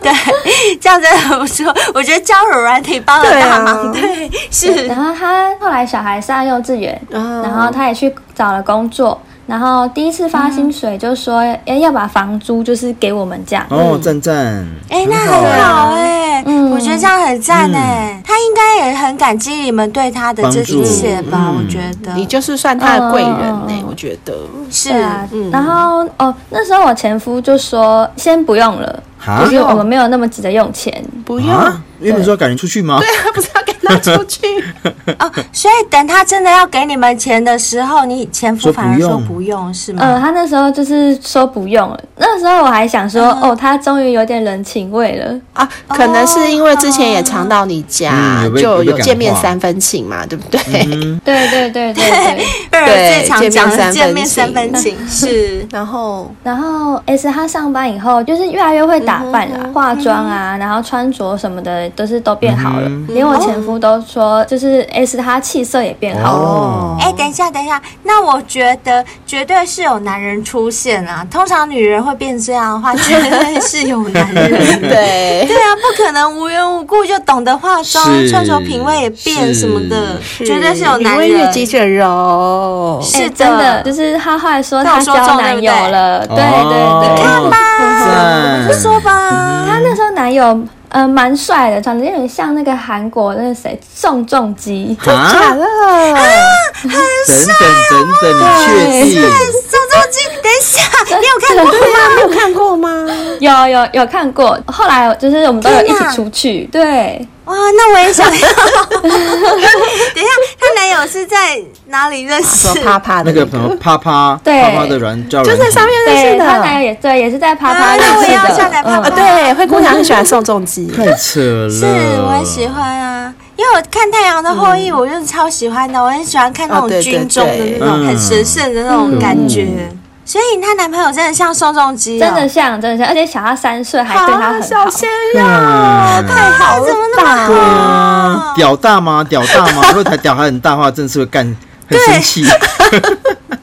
Speaker 2: 对， 这样子我说，我觉得交友软体帮了大忙，对,、是
Speaker 6: 然后她后来小孩上幼稚园，
Speaker 3: 嗯
Speaker 6: 然后她也去找了工作，然后第一次发薪水就说要要把房租就是给我们这样。
Speaker 4: 哦，赞赞，
Speaker 2: 哎、那很
Speaker 4: 很好
Speaker 2: 好哎、
Speaker 6: 嗯
Speaker 2: 我觉得这样很赞哎、他应该也很感激你们对他的这一切吧？
Speaker 4: 帮助嗯
Speaker 2: 我觉得
Speaker 3: 你就是算他的贵人呢、
Speaker 6: 嗯
Speaker 3: 我觉得。
Speaker 2: 是
Speaker 6: 对啊，然后哦，那时候我前夫就说先不用了，
Speaker 4: 哈
Speaker 6: 就是我们没有那么急着用钱。
Speaker 3: 不用，
Speaker 4: 啊，原本说要赶人出去吗？
Speaker 3: 他不是要跟他出去，
Speaker 2: 哦，所以等他真的要给你们钱的时候，你前夫
Speaker 4: 说
Speaker 2: 反而
Speaker 4: 不
Speaker 2: 说
Speaker 4: 用
Speaker 2: 不用是吗？
Speaker 6: 呃，他那时候就是说不用了。那时候我还想说，哦，他终于有点人情味了。
Speaker 3: 啊，可能是因为之前也常到你家，
Speaker 4: 嗯有被
Speaker 3: 就
Speaker 4: 有被
Speaker 3: 有
Speaker 4: 感
Speaker 3: 见面
Speaker 4: 化嗯
Speaker 3: 三分情嘛，对不对？
Speaker 6: 对对对对 对。
Speaker 2: 贝尔最常讲的
Speaker 3: 对
Speaker 2: 见
Speaker 3: 见
Speaker 2: 面
Speaker 3: 面
Speaker 2: 三
Speaker 3: 三
Speaker 2: 分
Speaker 3: 分
Speaker 2: 情是。
Speaker 3: 然后
Speaker 6: 然后 S 他上班以后，就是越来越会打扮
Speaker 2: 嗯
Speaker 6: 啦，化妆啊，然后穿着什么的都是都变好
Speaker 4: 嗯
Speaker 6: 了。连我前夫都说，就是 S 他气色也变好了。
Speaker 4: 哦，
Speaker 2: 哎、等一下，等一下，那我觉得绝对是有男人出现啊。通常女人会变这样的话，绝对是有男人。
Speaker 3: 对
Speaker 2: 对啊，不可能无缘无故就懂得化妆，
Speaker 4: 是
Speaker 2: 穿着品味也变什么的，绝对是有男
Speaker 3: 因为越
Speaker 2: 人。
Speaker 3: 积越柔。
Speaker 2: 是
Speaker 6: 哎
Speaker 2: 的，
Speaker 6: 真的，就是他后来说
Speaker 2: 那我
Speaker 6: 他
Speaker 2: 说
Speaker 6: 交
Speaker 2: 中
Speaker 6: 男友了，对
Speaker 4: 哦
Speaker 6: 对对。
Speaker 4: 看吧，
Speaker 2: 不
Speaker 4: 赞，
Speaker 2: 说吧，
Speaker 6: 他那时候男友呃蛮帅的，长得有点像那个韩国那个谁宋仲基。
Speaker 4: 啊，等等等等，你确定？
Speaker 2: 宋仲基，等一下， 你有看过吗？
Speaker 3: 没有看过吗？
Speaker 6: 有有有看过，后来就是我们都有一
Speaker 2: 天
Speaker 6: 起
Speaker 2: 哪
Speaker 6: 出去，对，
Speaker 2: 哇，那我也想要。 等一下，她男友是在哪里认识
Speaker 3: 啊说？啪啪的
Speaker 4: 那个
Speaker 3: 个
Speaker 4: 什么啪啪
Speaker 6: 对
Speaker 4: 啪啪的软叫
Speaker 3: 就在上面认
Speaker 6: 对，
Speaker 3: 识的。
Speaker 6: 她男友也对， 也是在啪
Speaker 2: 啊
Speaker 6: 啪认
Speaker 2: 那我也
Speaker 6: 识
Speaker 2: 要
Speaker 6: 的，嗯
Speaker 2: 下载啪啪
Speaker 3: 啊，对，灰姑娘很喜欢宋仲基。
Speaker 4: 太扯了，
Speaker 2: 是，我很喜欢啊，因为我看《太阳的后裔》，我就是超喜欢的，我很喜欢看那
Speaker 3: 哦
Speaker 2: 种
Speaker 3: 对对
Speaker 2: 军中的那种
Speaker 4: 对
Speaker 2: 很神圣的那种感觉
Speaker 4: 嗯。
Speaker 2: 所以她男朋友真的像宋仲基哦，
Speaker 6: 真的像真的像，而且小她三岁，还对她
Speaker 3: 啊，
Speaker 6: 很好
Speaker 3: 小，鲜
Speaker 4: 对
Speaker 3: 肉，
Speaker 4: 啊
Speaker 3: 太好了吧？
Speaker 4: 对啊，屌大吗？屌大吗？如果他屌还很大的话，真的是会干，很生 气。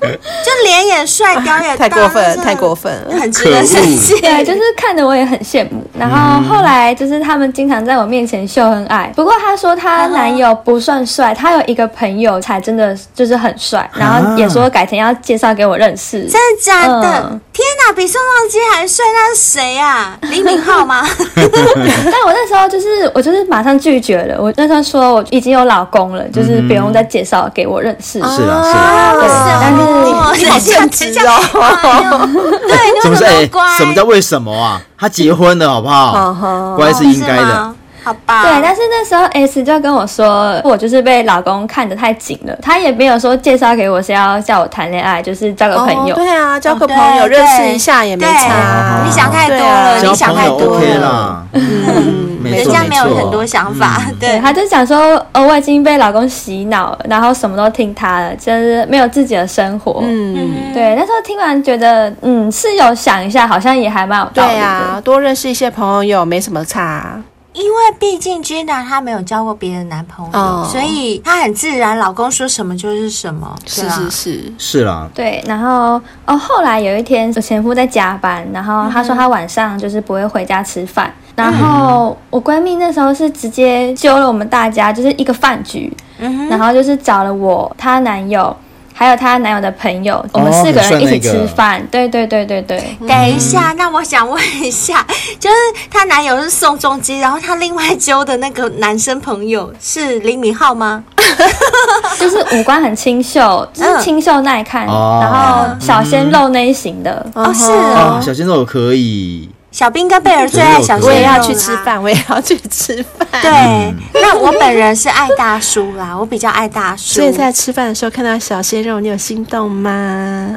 Speaker 2: 就脸也帅，雕也大
Speaker 3: 太过分
Speaker 2: 真，的
Speaker 3: 太过分了。
Speaker 2: 很值得生气。
Speaker 6: 对，就是看着我也很羡慕。然后后来就是他们经常在我面前秀恩爱，不过她说她男友不算帅，她有一个朋友才真的就是很帅，然后也说改天要介绍给我认识。
Speaker 2: 真的假的？
Speaker 6: 嗯
Speaker 2: 天哪，比宋仲基还帅，那是谁呀、啊？李敏镐吗？
Speaker 6: 但我那时候就是我就是马上拒绝了，我那时候说我已经有老公了，就是不用再介绍给我认
Speaker 4: 是
Speaker 6: 识。
Speaker 4: 啦，是啦。
Speaker 6: 对，但是
Speaker 2: 哦，
Speaker 3: 你好正直哦！
Speaker 2: 对，你为
Speaker 4: 什么是
Speaker 2: 什么
Speaker 4: 哎
Speaker 2: 乖？？
Speaker 4: 什么叫为什么啊？他结婚了，好不好？乖是应
Speaker 2: 是
Speaker 4: 该的
Speaker 2: 吗。好吧，
Speaker 6: 对，但是那时候 S 就跟我说，我就是被老公看得太紧了，他也没有说介绍给我是要叫我谈恋爱，就是交个朋友。
Speaker 3: 对啊，交个
Speaker 2: 对
Speaker 3: 朋友
Speaker 2: 哦对
Speaker 3: 认识一下也没
Speaker 2: 对
Speaker 3: 差。
Speaker 2: 你想太多了，
Speaker 3: 对啊
Speaker 2: 呃你
Speaker 4: 交
Speaker 2: 想
Speaker 4: 朋
Speaker 2: 太
Speaker 4: 友
Speaker 2: 多
Speaker 4: OK
Speaker 2: 了，
Speaker 4: 啦，嗯，没
Speaker 2: 人
Speaker 4: 错
Speaker 2: 家没有
Speaker 4: 错
Speaker 2: 很多想法，
Speaker 6: 对，
Speaker 2: 对。
Speaker 6: 他就想说，哦，我已经被老公洗脑了，然后什么都听他的，就是没有自己的生活。嗯，
Speaker 3: 嗯，
Speaker 6: 对。那时候听完觉得，嗯，是有想一下，好像也还蛮有
Speaker 3: 对
Speaker 6: 道理的。
Speaker 3: 啊，多认识一些朋友没什么差。
Speaker 2: 因为毕竟 Gina 她没有交过别的男朋友，
Speaker 3: 哦
Speaker 2: 所以她很自然，老公说什么就是什么，对
Speaker 3: 是
Speaker 2: 啊
Speaker 3: 是是，
Speaker 4: 是啦，
Speaker 6: 对，然后哦，后来有一天我前夫在加班，然后他说他晚上就是不会回家吃饭，然后我闺蜜那时候是直接揪了我们大家，就是一个饭局，
Speaker 4: 嗯
Speaker 6: 然后就是找了我、她男友。还有她男友的朋友，我们四个人
Speaker 4: 哦
Speaker 6: 一起
Speaker 4: 很帅那
Speaker 6: 吃
Speaker 4: 个
Speaker 6: 饭，对对对对 对，
Speaker 2: 等一下，
Speaker 3: 嗯
Speaker 2: 那我想问一下， 就是她男友是宋仲基，然后她另外揪的那个男生朋友是李敏镐吗？
Speaker 6: 就是五官很清秀，就是清秀耐看，
Speaker 4: 嗯哦嗯
Speaker 6: 然后小鲜肉那一型的，
Speaker 3: 嗯
Speaker 2: 哦，是
Speaker 4: 啊，
Speaker 2: 哦，
Speaker 4: 小鲜肉可以，
Speaker 2: 小兵跟贝尔最爱小鲜肉
Speaker 3: 我
Speaker 2: 啦
Speaker 3: 也要去吃。饭，嗯我也要去吃饭。
Speaker 2: 对， 那我本人是爱大叔啦，我比较爱大叔。
Speaker 3: 所以在吃饭的时候看到小鲜肉，你有心动吗？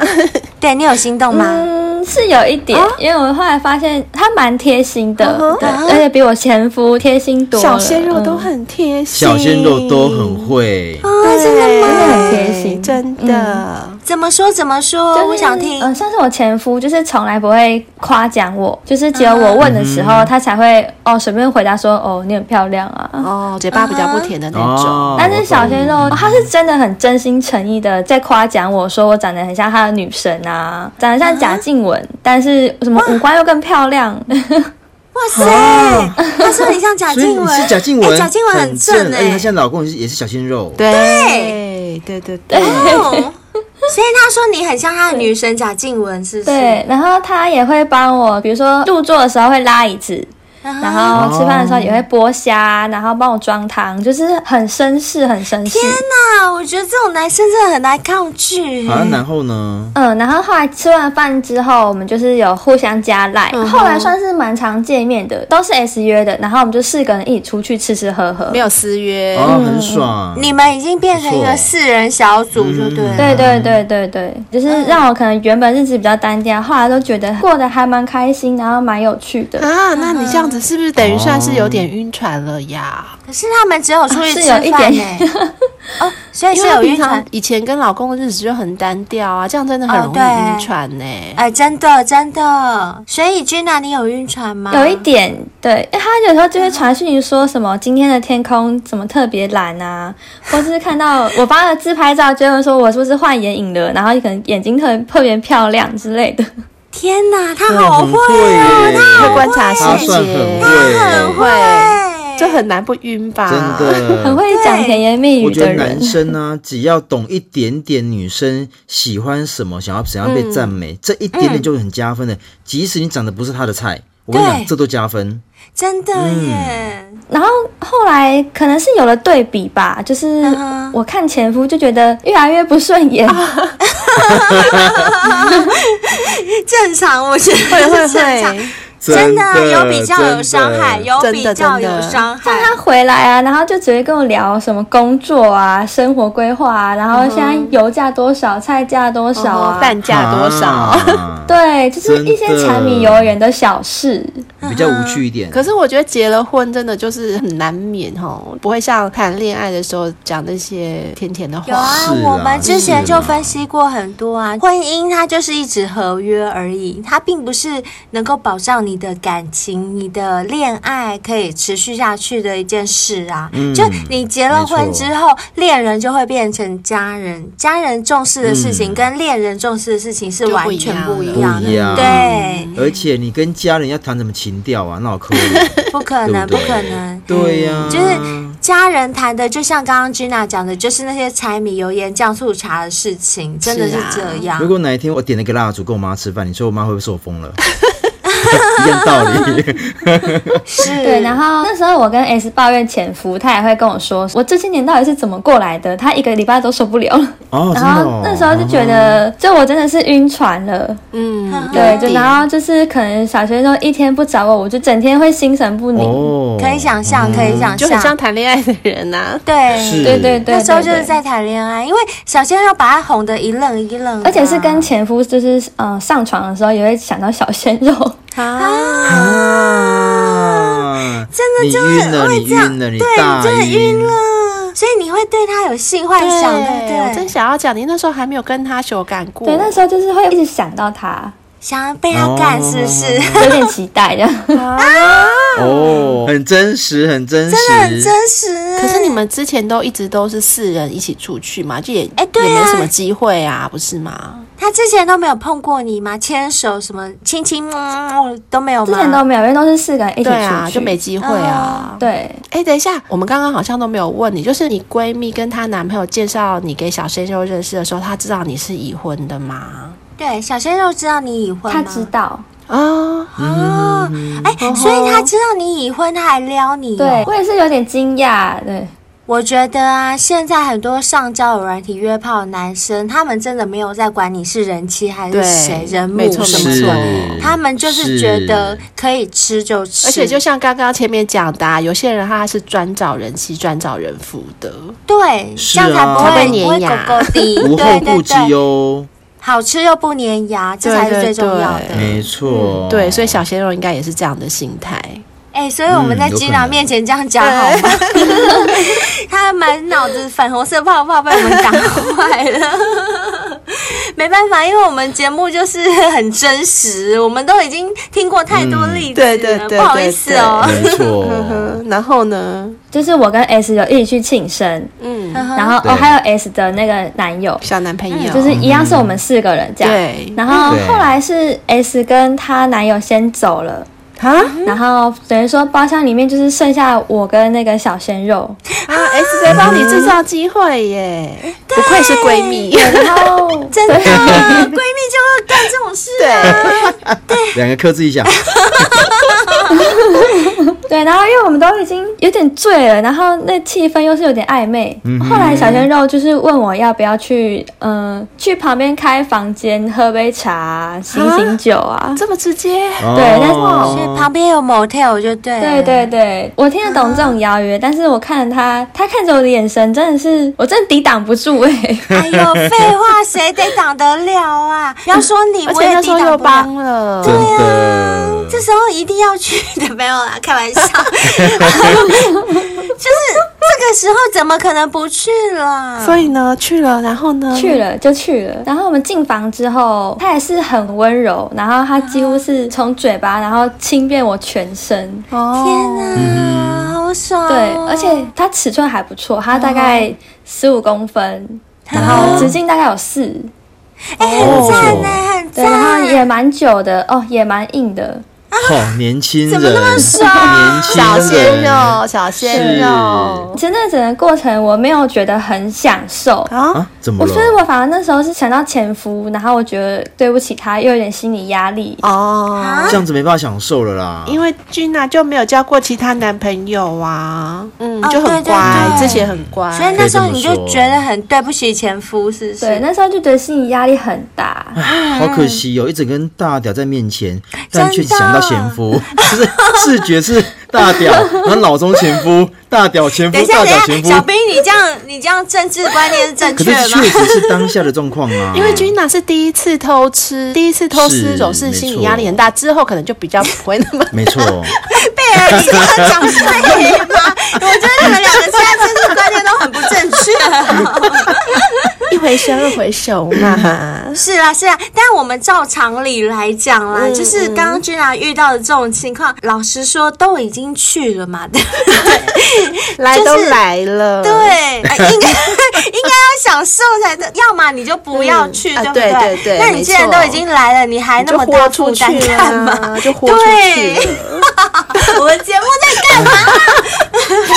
Speaker 2: 对你有心动吗？
Speaker 6: 嗯，嗯，是有一点，因为我后来发现他蛮贴心的，
Speaker 5: 嗯哼
Speaker 6: 对，而且比我前夫贴心多了。
Speaker 5: 小鲜肉都
Speaker 6: 嗯
Speaker 5: 很贴心，
Speaker 4: 小鲜肉都很会，
Speaker 2: 嗯哦
Speaker 5: 对，真的
Speaker 6: 嗯真的很贴心嗯
Speaker 5: 真的。
Speaker 2: 怎么说怎么说？
Speaker 6: 就是
Speaker 2: 我想听。
Speaker 6: 嗯、像是我前夫，就是从来不会夸奖我，就是只有我问的时候，他才会哦随便回答说哦你很漂亮啊。
Speaker 3: 哦，嘴巴比较不甜的那种。
Speaker 4: 哦
Speaker 6: 但是小鲜肉、哦他是真的很真心诚意的在夸奖我说我长得很像他的女神啊，长得像贾静雯，但是什么五官又更漂亮。
Speaker 2: 哇塞，他说你像贾
Speaker 4: 啊所以
Speaker 2: 静
Speaker 4: 你
Speaker 2: 雯，
Speaker 4: 是贾静雯，
Speaker 2: 哎贾静雯很
Speaker 4: 正
Speaker 2: 正，
Speaker 4: 而且
Speaker 2: 哎、
Speaker 4: 她现在老公也是也是小鲜肉，
Speaker 3: 对对对 对，
Speaker 2: 哦所以他说你很像他的女神贾静雯，是不是？
Speaker 6: 对，然后他也会帮我，比如说入座的时候会拉椅子，
Speaker 2: 啊
Speaker 6: 然后吃饭的时候也会剥虾，然后帮我装汤，就是很绅士，很绅士。
Speaker 2: 那我觉得这种男生真的很难抗拒、
Speaker 4: 好
Speaker 2: 哎
Speaker 4: 像然后呢，
Speaker 6: 嗯，然后后来吃完饭之后，我们就是有互相加赖、
Speaker 2: 嗯
Speaker 6: 后来算是蛮常见面的，都是 S 约的，然后我们就四个人一起出去吃吃喝喝
Speaker 2: 嗯
Speaker 3: 没。有私约。
Speaker 4: 哦，很爽，
Speaker 2: 你们已经变成一
Speaker 4: 不
Speaker 2: 个
Speaker 4: 错
Speaker 2: 四人小组，
Speaker 4: 嗯
Speaker 2: 就对了。
Speaker 6: 对对对对对，
Speaker 2: 嗯
Speaker 6: 就是让我可能原本日子比较单调，后来都觉得过得还蛮开心，然后蛮有趣的。
Speaker 3: 啊，那你这样子是不是等于算是有点晕船了呀？
Speaker 2: 可是他们只有出去吃
Speaker 6: 是有
Speaker 2: 饭、
Speaker 6: 一
Speaker 2: 哎哦，所以是
Speaker 3: 因为他
Speaker 2: 有
Speaker 3: 平
Speaker 2: 晕
Speaker 3: 常
Speaker 2: 船。
Speaker 3: 以前跟老公的日子就很单调啊，这样真的很容易
Speaker 2: 哦
Speaker 3: 晕
Speaker 2: 对
Speaker 3: 船呢、
Speaker 2: 哎，真的真的，所以君娜，你有晕船吗？嗯
Speaker 6: 有一点，对，因为他有时候就会传讯息说什么今天的天空怎么特别蓝啊， 或是看到我发了自拍照，就会说我是不是换眼影了，然后可能眼睛特特别漂亮之类的。
Speaker 2: 天哪，他
Speaker 4: 哇
Speaker 2: 好
Speaker 4: 很
Speaker 2: 会
Speaker 4: 嗯
Speaker 2: 哦
Speaker 4: 会耶，
Speaker 3: 会观察
Speaker 4: 她
Speaker 3: 细
Speaker 4: 算很
Speaker 3: 节，
Speaker 4: 会，
Speaker 2: 哎，
Speaker 3: 这很难不晕吧？
Speaker 4: 真，
Speaker 2: 嗯
Speaker 4: 的，
Speaker 6: 很会讲甜言蜜
Speaker 4: 我
Speaker 6: 语
Speaker 4: 觉
Speaker 6: 的
Speaker 4: 得
Speaker 6: 人
Speaker 4: 男，生呢、只要懂一点点女生喜欢什么，想要怎样
Speaker 2: 嗯
Speaker 4: 被赞美，这一点点就很加分的。即使你长得不是他的菜，我跟你
Speaker 2: 对
Speaker 4: 讲，这都加分。
Speaker 2: 真的
Speaker 4: 嗯
Speaker 2: 耶，
Speaker 6: 然后后来可能是有了对比吧，就是
Speaker 2: 嗯哼
Speaker 6: 我看前夫就觉得越来越不顺 眼，
Speaker 2: 正常，我觉得
Speaker 3: 会会
Speaker 2: 是正常。
Speaker 3: 会，
Speaker 2: 真的
Speaker 4: 的
Speaker 2: 有比较有伤害，
Speaker 4: 真的
Speaker 2: 有
Speaker 3: 真
Speaker 2: 比
Speaker 3: 的
Speaker 2: 较
Speaker 3: 真的
Speaker 2: 有伤害
Speaker 6: 像。他回来啊，然后就只会跟我聊什么工作啊、生活规划啊，然后现在
Speaker 2: 嗯
Speaker 6: 油价多少、菜价多少啊，
Speaker 3: 蛋哦价多 少？
Speaker 4: 啊
Speaker 6: 对，就是一些
Speaker 4: 真的
Speaker 6: 柴米油盐的小事。
Speaker 4: 比较无趣一点。
Speaker 3: 可是我觉得结了婚真的就是很难免哦，不会像谈恋爱的时候讲那些甜甜的
Speaker 2: 有
Speaker 3: 话。
Speaker 2: 啊，
Speaker 4: 是啦
Speaker 2: 我们之前
Speaker 4: 是啦啊
Speaker 2: 就分析过很多啊，婚姻它就是一纸合约而已，它并不是能够保障你的感情、你的恋爱可以持续下去的一件事啊。
Speaker 4: 嗯
Speaker 2: 就你结了婚
Speaker 4: 没错
Speaker 2: 之后，恋人就会变成家人，家人重视的事情
Speaker 4: 嗯
Speaker 2: 跟恋人重视的事情是
Speaker 3: 就不
Speaker 2: 完
Speaker 3: 一
Speaker 2: 全
Speaker 3: 样
Speaker 2: 不
Speaker 3: 了
Speaker 2: 一样
Speaker 4: 不一
Speaker 2: 的，
Speaker 4: 样
Speaker 2: 对，
Speaker 4: 而且你跟家人要谈什么情调啊？那 我可以，
Speaker 2: 不可能，
Speaker 4: 对
Speaker 2: 不
Speaker 4: 不对
Speaker 2: 可能。
Speaker 4: 对呀、
Speaker 2: 嗯就是家人谈的，就像刚刚 Gina 讲的，就是那些柴米油盐酱醋茶的事情，真的是
Speaker 3: 是啊
Speaker 2: 这样。
Speaker 4: 如果哪一天我点了个蜡烛跟我妈吃饭，你说我妈会不会说我 疯了？一样道理，啊
Speaker 2: 是，
Speaker 6: 对，然后那时候我跟 S 抱怨前夫，他也会跟我说，我这些年到底是怎么过来的？他一个礼拜都受不了了。
Speaker 4: 哦，嗯真
Speaker 6: 然
Speaker 4: 的、
Speaker 6: 后
Speaker 4: 哦。
Speaker 6: 那时候就觉得，就我真的是晕船了。
Speaker 3: 嗯，
Speaker 6: 对，
Speaker 3: 有
Speaker 6: 就
Speaker 3: 一点
Speaker 6: 然后就是可能小学生一天不找我，我就整天会心神不宁。
Speaker 4: 哦，
Speaker 2: 可以想象，可以想
Speaker 3: 就很像
Speaker 2: 象，
Speaker 3: 谈恋爱的人啊呐、
Speaker 2: 对。
Speaker 4: 嗯是
Speaker 6: 对对对，
Speaker 2: 那时候
Speaker 6: 对
Speaker 2: 就是。
Speaker 6: 对
Speaker 2: 在谈恋爱，因为小鲜肉把他哄得一愣一愣的啊，
Speaker 6: 而且是跟前夫，就是呃上床的时候也会想到小鲜肉，
Speaker 4: 哦嗯啊，
Speaker 2: 真的就
Speaker 4: 你
Speaker 2: 是
Speaker 4: 晕了，
Speaker 2: 会
Speaker 4: 你
Speaker 2: 这样，
Speaker 4: 晕了，你
Speaker 2: 对，
Speaker 4: 大
Speaker 2: 你真的
Speaker 4: 晕
Speaker 2: 晕了，所以你会对他有性幻想，对
Speaker 3: 我
Speaker 2: 不
Speaker 3: 真
Speaker 2: 对？
Speaker 3: 想要讲，你那时候还没有跟他修改过。
Speaker 6: 对，那时候就是会一直想到他，
Speaker 2: 想要被他干，是不是？
Speaker 6: 有点期待这样。
Speaker 4: 哦，很真实，很真 实，
Speaker 2: 真的很真实。
Speaker 3: 可是你们之前都一直都是四人一起出去嘛，就也
Speaker 2: 哎对啊
Speaker 3: 也没什么机会啊，不是吗？
Speaker 2: 他之前都没有碰过你吗？牵手什么亲亲摸摸都没有
Speaker 6: 之
Speaker 2: 吗？
Speaker 6: 前都没有，因为都是四个人一起
Speaker 3: 对
Speaker 6: 出去，嗯
Speaker 3: 啊，就没机会啊。
Speaker 6: 对，
Speaker 3: 哎、等一下，我们刚刚好像都没有问你，就是你闺蜜跟她男朋友介绍你给小鲜肉认识的时候，她知道你是已婚的吗？
Speaker 2: 对小鲜肉知道你已婚
Speaker 6: 他
Speaker 2: 吗？
Speaker 6: 知道。
Speaker 3: 啊、
Speaker 2: 哦，哎、所以他知道你已婚，他还撩你、哦。
Speaker 6: 对，我也是有点惊讶，对，
Speaker 2: 我觉得啊，现在很多上交友软体约炮的男生，他们真的没有在管你是人妻还是
Speaker 3: 对
Speaker 2: 谁，人母
Speaker 3: 没错
Speaker 2: 什
Speaker 3: 没
Speaker 2: 么
Speaker 3: 错
Speaker 2: 的，他们就是觉得可以吃就吃，
Speaker 3: 而且就像刚刚前面讲的、啊，有些人他是专找人妻、专找人夫的，
Speaker 2: 对，
Speaker 4: 是
Speaker 2: 这样才
Speaker 4: 啊
Speaker 2: 不
Speaker 4: 才
Speaker 2: 会
Speaker 3: 不会
Speaker 2: 不会
Speaker 3: 粘
Speaker 2: 狗
Speaker 3: 牙
Speaker 2: 狗的，
Speaker 4: 无后
Speaker 2: 对
Speaker 4: 顾
Speaker 2: 对
Speaker 4: 之
Speaker 2: 对。
Speaker 4: 忧。
Speaker 2: 好吃又不粘牙，这才是最重要的。
Speaker 3: 对
Speaker 4: 没错、
Speaker 2: 嗯
Speaker 3: 对，所以小鲜肉应该也是这样的心态。
Speaker 2: 哎、所以我们在
Speaker 4: 嗯有可
Speaker 2: 吉娜
Speaker 4: 能
Speaker 2: 面前这样讲好吗？ 他满脑子粉红色泡泡被我们打坏了。 没办法，因为我们节目就是很真实，我们都已经听过太多例子了，
Speaker 3: 对对对
Speaker 2: 不好意思哦。
Speaker 4: 没错，
Speaker 3: 呵 呵，然后呢？
Speaker 6: 就是我跟 S 有一起去庆生，
Speaker 3: 嗯，
Speaker 6: 然后
Speaker 4: 对
Speaker 6: 哦还有 S 的那个男友，
Speaker 3: 小男朋友、
Speaker 6: 就是一样是我们四个人这样。
Speaker 3: 对
Speaker 6: 然后
Speaker 4: 对
Speaker 6: 后来是 S 跟她男友先走了，
Speaker 3: 啊
Speaker 2: 嗯
Speaker 6: 然后等于说包厢里面就是剩下我跟那个小 鲜肉，
Speaker 3: 啊！S
Speaker 6: 嗯
Speaker 3: J 帮你制造机会耶，不愧是闺蜜。
Speaker 6: 然后
Speaker 2: 真的，闺蜜就要干这种事啊！
Speaker 4: 两个克制 一下，
Speaker 6: 对，然后因为我们都已经有点醉了，然后那气氛又是有点暧昧。后来小鲜肉就是问我要不要去，嗯、去旁边开房间喝杯茶啊、醒醒酒啊。
Speaker 3: 这么直接，
Speaker 6: 对但是
Speaker 4: 哦
Speaker 2: 所以旁边有 motel 就对，
Speaker 6: 对对，对，我听得懂这种邀约，但是我看着他，他看着我的眼神真的是，我真的抵挡不住哎、
Speaker 2: 哎呦，废话，谁得挡得了啊？要说你，
Speaker 3: 而
Speaker 2: 我
Speaker 3: 且
Speaker 2: 也
Speaker 3: 那
Speaker 2: 抵
Speaker 3: 时候又
Speaker 2: 挡不了。
Speaker 3: 帮了，
Speaker 4: 真的，
Speaker 2: 这时候一定要去 的，没有啦，开玩 笑。就是这个时候怎么可能不去啦？
Speaker 3: 所以呢去了，然后呢
Speaker 6: 去了就去了。然后我们进房之后，他也是很温柔，然后他几乎是从嘴巴，然后亲遍我全身。
Speaker 3: 哦，
Speaker 2: 天
Speaker 4: 嗯
Speaker 2: 哪，好爽哦！
Speaker 6: 对，而且它尺寸还不错，它大概十五公分，然
Speaker 2: 哦
Speaker 6: 后直径大概有四，
Speaker 2: 哎，很赞呢，很
Speaker 6: 对，然后
Speaker 2: 赞。
Speaker 6: 也蛮久的哦，也蛮硬的。
Speaker 4: 好年轻人，
Speaker 2: 怎么那么啊爽
Speaker 4: 年轻
Speaker 3: 小鲜
Speaker 4: 人
Speaker 3: 肉，小鲜
Speaker 2: 哦
Speaker 3: 肉
Speaker 6: 其实那整个过程我没有觉得很享受，
Speaker 3: 啊，
Speaker 4: 啊？怎么
Speaker 6: 我
Speaker 4: 了
Speaker 6: 所？以我反而那时候是想到前夫，然后我觉得对不起他，又有点心理压力。
Speaker 3: 哦。
Speaker 4: 这样子没办法享受了啦，
Speaker 3: 因为君娜就没有交过其他男朋友啊，嗯，
Speaker 2: 哦
Speaker 3: 就很乖，
Speaker 2: 对对对
Speaker 3: 自己也很乖，
Speaker 2: 所以那时候你就觉得很对不起前夫，是啊不
Speaker 6: 对，
Speaker 2: 是？
Speaker 6: 那时候就觉得心理压力很大。
Speaker 4: 好可惜哦，一整根大屌在面前，但
Speaker 2: 真
Speaker 4: 却
Speaker 2: 的
Speaker 4: 只想到前 夫，就是视觉是大屌，然后脑中前夫，大屌前夫
Speaker 2: 等一，下，
Speaker 4: 大
Speaker 2: 等
Speaker 4: 屌前
Speaker 2: 一
Speaker 4: 夫
Speaker 2: 下，，小兵，你这样你这样政治观念是正
Speaker 4: 可
Speaker 2: 确
Speaker 4: 是
Speaker 2: 的吗
Speaker 4: 确？实是当下的状况 啊，
Speaker 3: 因为君娜是第一次偷吃，第一次偷吃
Speaker 4: 是
Speaker 3: 总是心理压力很大，之后可能就比较不会那 么。
Speaker 4: 没错，
Speaker 2: 贝尔，你这样讲对吗？我觉得你们两个现在政治观念都很不正确。
Speaker 3: 一回生二回熟 嘛。
Speaker 2: 是啦，是啦，啊但我们照常理来讲啦，
Speaker 3: 嗯
Speaker 2: 就是刚刚君娜遇到的这种情况，老实说都已经去了 嘛，对不对？
Speaker 3: 来
Speaker 2: 就是
Speaker 3: 都来了，
Speaker 2: 对， 呃应该应该要享受才对，要么你就不要去，对
Speaker 3: 嗯啊
Speaker 2: 不对？
Speaker 3: 对对对
Speaker 2: 那你
Speaker 3: 没
Speaker 2: 既然都
Speaker 3: 错
Speaker 2: 已经来了，你还
Speaker 3: 你
Speaker 2: 那
Speaker 3: 就
Speaker 2: 么大
Speaker 3: 豁
Speaker 2: 负
Speaker 3: 出
Speaker 2: 担
Speaker 3: 去
Speaker 2: 干嘛？
Speaker 3: 了， 就豁出去
Speaker 2: 对
Speaker 3: 了。
Speaker 2: 我们节目在干 嘛？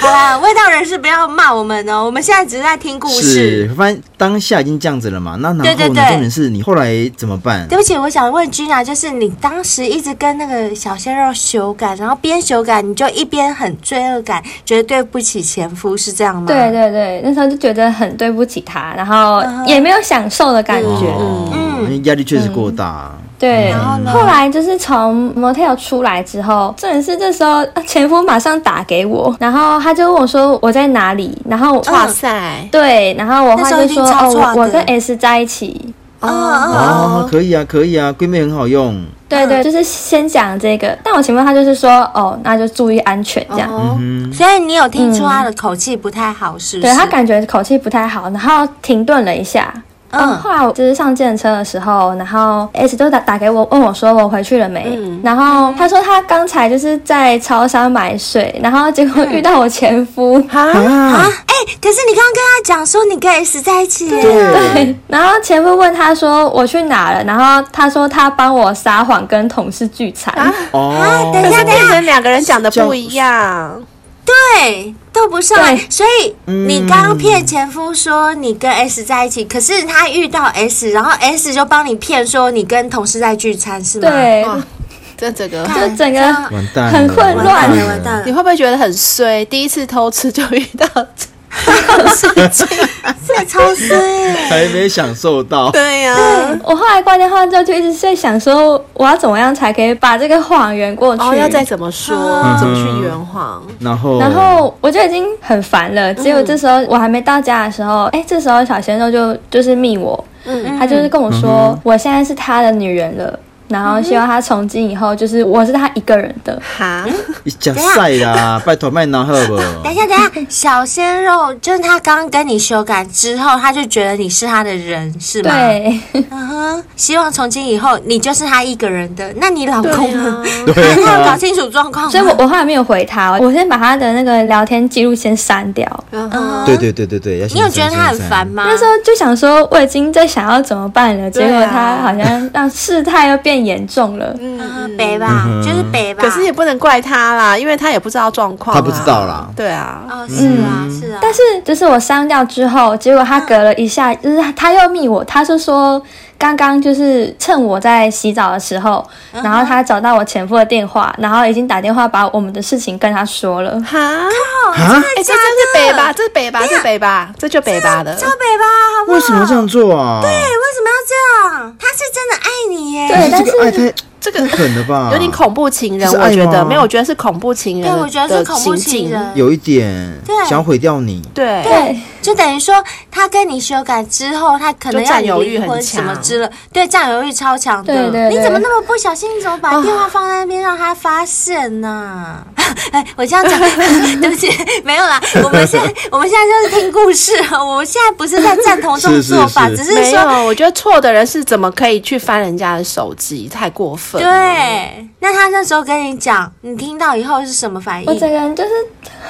Speaker 2: 好啦，味道人士不要骂我们哦，我们现在只是在听故事。
Speaker 4: 是，反正当下已经这样子了嘛，那然
Speaker 2: 对对
Speaker 4: 后呢？
Speaker 2: 对
Speaker 4: 重点是你后来怎么办
Speaker 2: 对？不起，我想问君娜，就是你当时一直跟那个小鲜肉修改，然后边修改你就一边很罪恶感，觉得对不起前夫，是这样吗？
Speaker 6: 对，对对，那时候就觉得很对不起他，然后
Speaker 2: 啊
Speaker 6: 也没有享受的感觉。
Speaker 2: 嗯
Speaker 4: 哦，因为压力确实过大，
Speaker 6: 对，
Speaker 2: 后呢
Speaker 6: 后来就是从 motel 出来之后，重点是这时候啊前夫马上打给我，然后他就问我说我在哪里，然后我
Speaker 3: 哇塞，
Speaker 6: 对，然后我
Speaker 2: 嗯那
Speaker 6: 话
Speaker 2: 时候
Speaker 6: 就
Speaker 2: 一定
Speaker 6: 说
Speaker 2: 超
Speaker 6: 哦，
Speaker 2: 抓
Speaker 6: 我我
Speaker 2: 的
Speaker 6: 跟 S 在一起。
Speaker 2: 嗯
Speaker 4: 哦，可以啊，可以啊，闺蜜很好用，
Speaker 6: 对对，就是先讲这个。但我前面他就是说，哦，那就注意安全这样。
Speaker 2: 哦
Speaker 6: 嗯
Speaker 2: 所以你有听出他的口气不太好，是不是？
Speaker 6: 对他感觉口气不太好，然后停顿了一下。嗯，
Speaker 3: 哦
Speaker 6: 后来我就是上计程车的时候，然后 S 就打打给我，问我说我回去了没？
Speaker 3: 嗯
Speaker 6: 然后他说他刚才就是在超商买水，然后结果遇到我前夫，
Speaker 3: 啊，
Speaker 2: 啊，哎、可是你刚刚跟他讲说你跟 S 在一起，啊
Speaker 6: 对，然后前夫问他说我去哪了，然后他说他帮我撒谎跟同事聚餐，
Speaker 3: 啊
Speaker 4: 哦，
Speaker 2: 啊等一下，等一
Speaker 3: 变
Speaker 2: 下，
Speaker 3: 成两个人讲的不一样，
Speaker 2: 对，斗不上来。
Speaker 6: 对
Speaker 2: 所以你刚刚骗前夫说你跟 S 在一起，可是他遇到 S，然后 S 就帮你骗说你跟同事在聚餐，是吗？，
Speaker 6: 对，
Speaker 3: 哇这整个
Speaker 6: 就整
Speaker 2: 这
Speaker 6: 个
Speaker 2: 样
Speaker 4: 完蛋了，
Speaker 6: 很混
Speaker 2: 啊完
Speaker 6: 乱
Speaker 2: 蛋了，完蛋
Speaker 3: 你
Speaker 2: 了。
Speaker 3: 会不会觉得很衰？第一次偷吃就遇到
Speaker 2: 这超衰欸，
Speaker 4: 还没享受到。
Speaker 5: 对呀、
Speaker 6: 我后来挂电话之后，就一直在想说，我要怎么样才可以把这个谎圆过去？
Speaker 3: 哦，要再怎么说，
Speaker 4: 嗯
Speaker 3: 怎么去圆谎？
Speaker 4: 然后，
Speaker 2: 哦
Speaker 6: 然后我就已经很烦了。结果这时候我还没到家的时候，
Speaker 2: 嗯
Speaker 6: 哎、这时候小鲜肉就就是密我，他就是跟我
Speaker 2: 嗯
Speaker 6: 说，我现在是他的女人了。然后希望他从今以后就是我是他一个人的，
Speaker 3: 哈，
Speaker 4: 你讲晒啦，拜托麦拿赫
Speaker 2: 等一
Speaker 4: 不？
Speaker 2: 下，等一下，小鲜肉就是他刚跟你修改之后，他就觉得你是他的人，是吗？，
Speaker 6: 对，
Speaker 2: 嗯哼，希望从今以后你就是他一个人的。那你老公呢？
Speaker 4: 对
Speaker 2: 他要搞
Speaker 4: 啊，
Speaker 2: 清楚状况吗。
Speaker 6: 所以我我后来没有回他，我先把他的那个聊天记录先删掉。
Speaker 3: 嗯哼
Speaker 2: 嗯，
Speaker 4: 对对对对对，要先
Speaker 2: 你有觉得他很烦？吗？
Speaker 6: 那时候就想说，我已经在想要怎么办了，结果他好像让事态又变严重了。
Speaker 2: 嗯北吧，就是北吧。
Speaker 3: 可是也不能怪他啦，因为他也不知道状况啊，
Speaker 4: 他不知道啦
Speaker 3: 对啊，
Speaker 2: 哦，是啊，是啊。
Speaker 6: 但是就是我删掉之后，结果他
Speaker 3: 嗯
Speaker 6: 隔了一下，就是他又密我，他就说刚刚就是趁我在洗澡的时候，
Speaker 3: 嗯
Speaker 6: 然后他找到我前夫的电话，然后已经打电话把我们的事情跟他说了。
Speaker 3: 哈，
Speaker 4: 啊，
Speaker 3: 哎，这就是北吧，这是北吧，这是北吧，这就北哎吧的，
Speaker 2: 叫北吧，好不好？
Speaker 4: 为什么这样做啊？
Speaker 2: 对，为什么要这样？他是真的爱你耶。
Speaker 6: 对
Speaker 4: 可
Speaker 6: 但
Speaker 4: 是
Speaker 6: 是
Speaker 4: 这个爱太
Speaker 3: 这
Speaker 4: 太
Speaker 3: 个
Speaker 4: 狠了吧？
Speaker 3: 有点，恐怖情人，
Speaker 4: 这是哎
Speaker 3: 我
Speaker 4: 爱
Speaker 3: 觉得
Speaker 4: 吗
Speaker 3: 没有，我觉得是恐怖情人
Speaker 2: 对，
Speaker 3: 的
Speaker 2: 我觉得是恐怖情
Speaker 3: 行径，
Speaker 2: 人。
Speaker 4: 有一点
Speaker 2: 对
Speaker 4: 想毁掉你。
Speaker 3: 对
Speaker 6: 对，
Speaker 2: 就等于说，他跟你修改之后，他可能
Speaker 3: 就
Speaker 2: 要
Speaker 3: 占
Speaker 2: 你
Speaker 3: 有欲
Speaker 2: 离婚
Speaker 3: 很
Speaker 2: 什么
Speaker 3: 强
Speaker 2: 之类，对，占有欲超强的。
Speaker 6: 对对对
Speaker 2: 你怎么那么不小心？你怎么
Speaker 3: 啊
Speaker 2: 把电话放在那边让他发现 呢、哎，我这样讲，对不起，没有啦。我们现在我们现在就是听故事，我们现在不是在赞同这种
Speaker 4: 是是
Speaker 2: 做法，
Speaker 4: 是
Speaker 2: 只是
Speaker 3: 没
Speaker 2: 说。
Speaker 3: 有，我觉得错的人是怎么可以去翻人家的手机，太过分。
Speaker 2: 对，，啊那他那时候跟你讲，你听到以后是什么反
Speaker 6: 我整
Speaker 2: 应？
Speaker 6: 个人就是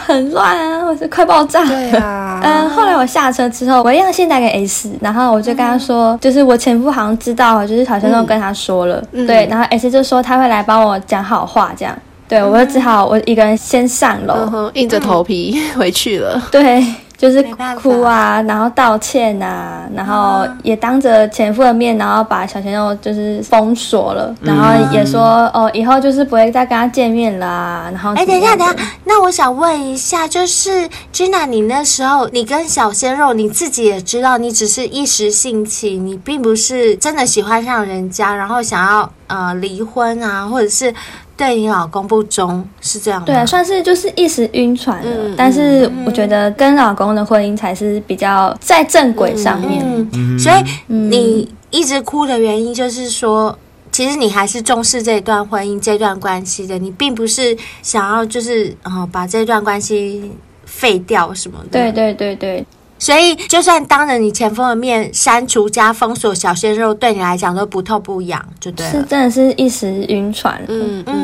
Speaker 6: 很乱啊，我就快爆炸。
Speaker 3: 对啊，
Speaker 6: 嗯，后来我下车之后，我一样先打给 S，然后我就跟
Speaker 3: 嗯
Speaker 6: 他说，就是我前夫好像知道，就是小鲜肉跟他说了，
Speaker 3: 嗯
Speaker 6: 对，然后 S 就说他会来帮我讲好话，这样，对我就只好我一个人先上楼，
Speaker 3: 嗯哼，硬着头皮
Speaker 2: 嗯
Speaker 3: 回去了。
Speaker 6: 对，就是
Speaker 2: 没办法嗯
Speaker 6: 哭啊，然后道歉啊，然后也当着前夫的面，然后把小鲜肉就是封锁了，
Speaker 2: 嗯
Speaker 6: 然后也说、哦，以后就是不会再跟他见面啦、然后
Speaker 2: 哎，等一
Speaker 6: 怎
Speaker 2: 下，
Speaker 6: 么
Speaker 2: 等
Speaker 6: 样
Speaker 2: 一
Speaker 6: 的
Speaker 2: 下，那我想问一下，就是 Gina，你那时候你跟小鲜肉，你自己也知道，你只是一时兴起，你并不是真的喜欢上人家，然后想要呃离婚啊，或者是对你老公不忠，是这样吗？
Speaker 6: 对，啊算是就是一时晕船了。
Speaker 2: 嗯
Speaker 6: 但是我觉得跟老公的婚姻才是比较在正轨上面。
Speaker 2: 嗯，所以你一直哭的原因就是说。其实你还是重视这段婚姻、这段关系的，你并不是想要就是呃把这段关系废掉什么的。
Speaker 6: 对对对对，
Speaker 2: 所以，就算当着你前夫的面删除加封锁小鲜肉，对你来讲都不痛不痒，就对啊
Speaker 6: 是
Speaker 2: 了。
Speaker 6: 真的是一时晕船。嗯，
Speaker 3: 嗯嗯，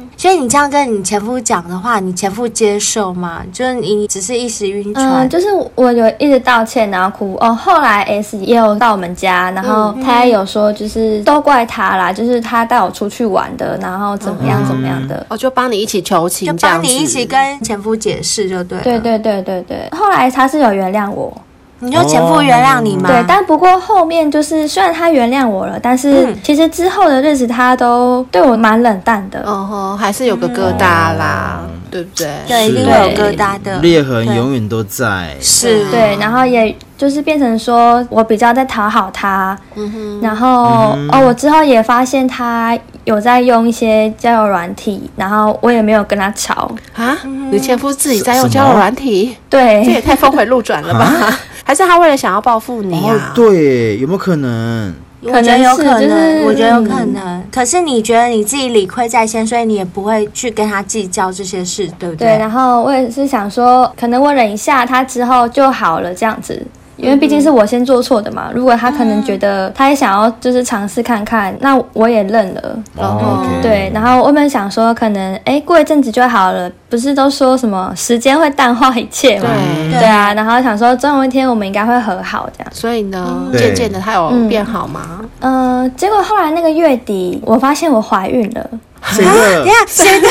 Speaker 2: 嗯，所以你这样跟你前夫讲的话，你前夫接受吗？就是你只是一时晕船，
Speaker 6: 嗯，就是我有一直道歉，然后哭。哦，后来 S 也有到我们家，然后他也有说，就是都怪他啦，就是他带我出去玩的，然后怎么样怎么样的。
Speaker 3: 我就帮你一起求情
Speaker 2: 就，
Speaker 3: 这样
Speaker 2: 帮
Speaker 3: 子
Speaker 2: 你一起跟前夫解释，就对了。
Speaker 6: 对，对对对对，后来他是有原谅我，
Speaker 2: 你说前夫原谅你吗？
Speaker 6: 对，但不过后面就是，虽然他原谅我了，但是其实之后的日子他都对我蛮冷淡的。
Speaker 3: 嗯哼，还是有个疙瘩啦，对不对？
Speaker 2: 嗯对，一定会哎有疙瘩的。
Speaker 4: 裂痕永远都在。
Speaker 2: 是，
Speaker 3: 啊
Speaker 6: 对，然后也就是变成说我比较在讨好他，
Speaker 3: 嗯
Speaker 6: 然后、哦，我之后也发现他有在用一些交友软体，然后我也没有跟他吵，
Speaker 3: 啊，
Speaker 2: 嗯
Speaker 3: 你前夫自己在用交友软体，这也
Speaker 6: 对，
Speaker 3: 太峰回路转了吧？
Speaker 2: 啊
Speaker 3: 还是他为了想要报复你
Speaker 4: 哦
Speaker 3: 啊，？
Speaker 4: 对，有没有可能？
Speaker 2: 我觉得有可
Speaker 6: 可能是就是嗯
Speaker 2: 能，我觉得有可能。可是你觉得你自己理亏在先，所以你也不会去跟他计较这些事，对不
Speaker 6: 对，然后我也是想说，可能我忍一下，他之后就好了这样子。因为毕竟是
Speaker 3: 嗯
Speaker 6: 我先做错的嘛，如果他可能觉得他也想要就是尝试看看，那我也认了。
Speaker 4: 哦，OK
Speaker 2: 嗯
Speaker 3: 嗯
Speaker 6: 对，然后我们想说，可能哎，诶过一阵子就好了，不是都说什么时间会淡化一切嘛？
Speaker 4: 嗯
Speaker 3: 对，
Speaker 6: 对啊，然后想说总有一天我们应该会和好这样。
Speaker 3: 所以呢，
Speaker 2: 哦
Speaker 4: 对
Speaker 3: 渐渐的他有变好吗？
Speaker 6: 嗯、结果后来那个月底，我发现我怀孕了，
Speaker 4: 谁的
Speaker 2: 啊等一？下 谁的？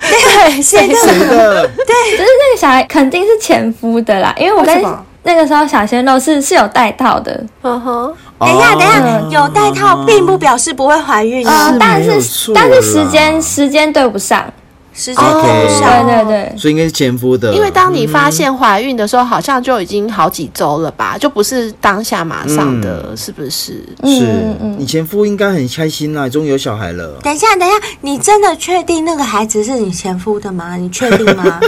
Speaker 2: 对，谁的？
Speaker 4: 谁的？
Speaker 6: 就是那个小孩肯定是前夫的啦，因为我
Speaker 3: 为
Speaker 6: 跟
Speaker 3: 什么
Speaker 6: 那个时候小鲜肉是是有带套的，
Speaker 3: 嗯哼，
Speaker 2: 等一下，等一
Speaker 4: 哦
Speaker 2: 下，有戴套并不表示不会怀孕哦。
Speaker 6: 呃，但
Speaker 4: 没有
Speaker 6: 是
Speaker 4: 错
Speaker 6: 但是
Speaker 4: 啦
Speaker 6: 时间时间对不上，
Speaker 2: 时间很
Speaker 4: 哦
Speaker 2: 少，
Speaker 6: 对对对，
Speaker 4: 所以应该是前夫的，
Speaker 3: 因为当你发现怀孕的时候，好像就已经好几周了吧，就不是当下马上的，是不是？
Speaker 4: 是、
Speaker 6: 嗯嗯嗯
Speaker 4: 你前夫应该很开心啦，终于有小孩了。
Speaker 2: 等一下，等一下，你真的确定那个孩子是你前夫的吗？你确定 吗？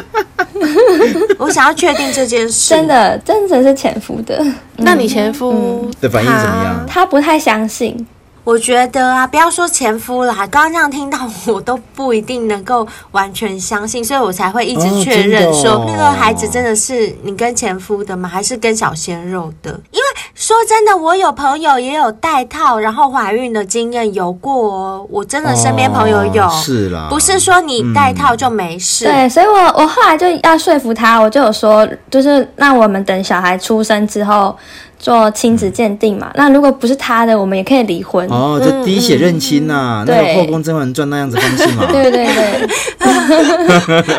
Speaker 2: 我想要确定这件事。
Speaker 6: 真，的真的是前夫的，
Speaker 3: 那你前夫
Speaker 4: 的反应怎
Speaker 2: 啊
Speaker 4: 么样？
Speaker 6: 他不太相信。
Speaker 2: 我觉得啊，不要说前夫啦，刚刚这样听到我都不一定能够完全相信，所以我才会一直
Speaker 4: 哦
Speaker 2: 确认
Speaker 4: 真的
Speaker 2: 说、
Speaker 4: 哦
Speaker 2: 那个孩子真的是你跟前夫的吗？还是跟小鲜肉的？因为说真的，我有朋友也有戴套然后怀孕的经验，有过哦。我真的身边朋友有，
Speaker 4: 哦是嗯啦，
Speaker 2: 不是说你戴套就没事？
Speaker 6: 对，所以我我后来就要说服他，我就有说，就是那我们等小孩出生之后做亲子鉴定嘛。那如果不是他的，我们也可以离婚。
Speaker 4: 嗯
Speaker 2: 嗯
Speaker 4: 哦，就滴血认亲呐、那个《
Speaker 6: 对
Speaker 4: 后宫甄嬛传》那样子方 式嘛。
Speaker 6: 对对 对，
Speaker 2: 对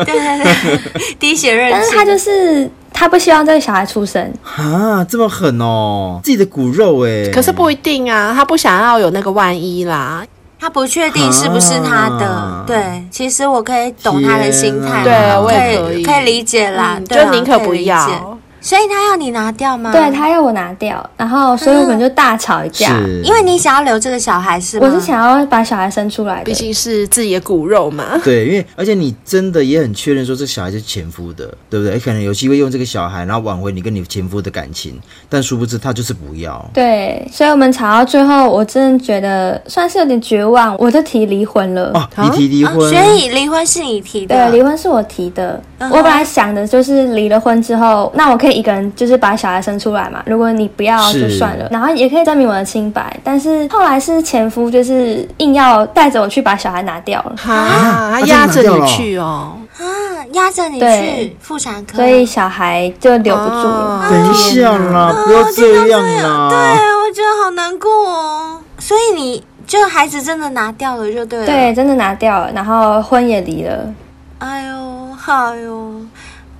Speaker 2: 对对， 滴血认
Speaker 6: 但
Speaker 2: 亲
Speaker 6: 是。他就是他不希望这个小孩出生，
Speaker 4: 啊，这么狠哦，自己的骨肉哎。
Speaker 3: 可是不一定啊，他不想要有那个万一啦。
Speaker 2: 他不确定是不是他的，
Speaker 4: 啊
Speaker 2: 对，其实我可以懂他的心态，
Speaker 4: 天
Speaker 3: 对
Speaker 4: 啊
Speaker 3: 我也
Speaker 2: 可
Speaker 3: 可以
Speaker 2: 可以理解啦，
Speaker 3: 嗯
Speaker 2: 对啊
Speaker 3: 就宁可不。
Speaker 2: 以理解
Speaker 3: 要。
Speaker 2: 所以他要你拿掉
Speaker 4: 嗯
Speaker 2: 吗？
Speaker 6: 对，他要我拿掉，然后所以我们就大吵一架。
Speaker 4: 是，
Speaker 2: 因为你想要留这个小孩是吗？哦
Speaker 6: 我是想要把小孩生出来的
Speaker 3: 毕，竟是自己的骨肉嘛。
Speaker 4: 对，因为而且你真的也很确认说这小孩是前夫的，对不对？可能有机会用这个小孩，然后挽回你跟你前夫的感情，但殊不知他就是不要。
Speaker 6: 对，所以我们吵到最后，我真的觉得算是有点绝望，我就提离婚了。
Speaker 4: 哦，你提离
Speaker 2: 啊
Speaker 4: 婚，
Speaker 2: 所以离婚是你提
Speaker 6: 对，
Speaker 2: 的，
Speaker 6: 离婚是我提的。
Speaker 2: 嗯哼
Speaker 6: 我本来想的就是离了婚之后，那我可以一个人就是把小孩生出来嘛。如果你不要
Speaker 4: 是
Speaker 6: 就算了，然后也可以证明我的清白。但是后来是前夫就是硬要带着我去把小孩拿掉
Speaker 2: 嗯
Speaker 6: 了，
Speaker 3: 啊，他
Speaker 4: 他
Speaker 3: 压着
Speaker 4: 真的拿掉
Speaker 3: 你
Speaker 4: 了
Speaker 3: 去哦。
Speaker 2: 啊，压着你去
Speaker 6: 对
Speaker 2: 妇产科，
Speaker 6: 所以小孩就留不住了。
Speaker 2: 哦
Speaker 3: 啊
Speaker 4: 等一下啦，不要这样啦。
Speaker 2: 对，啊我觉得好难过哦。所以你就孩子真的拿掉了就对了，
Speaker 6: 对，，真的拿掉了，然后婚也离了。
Speaker 2: 哎呦，哎呦，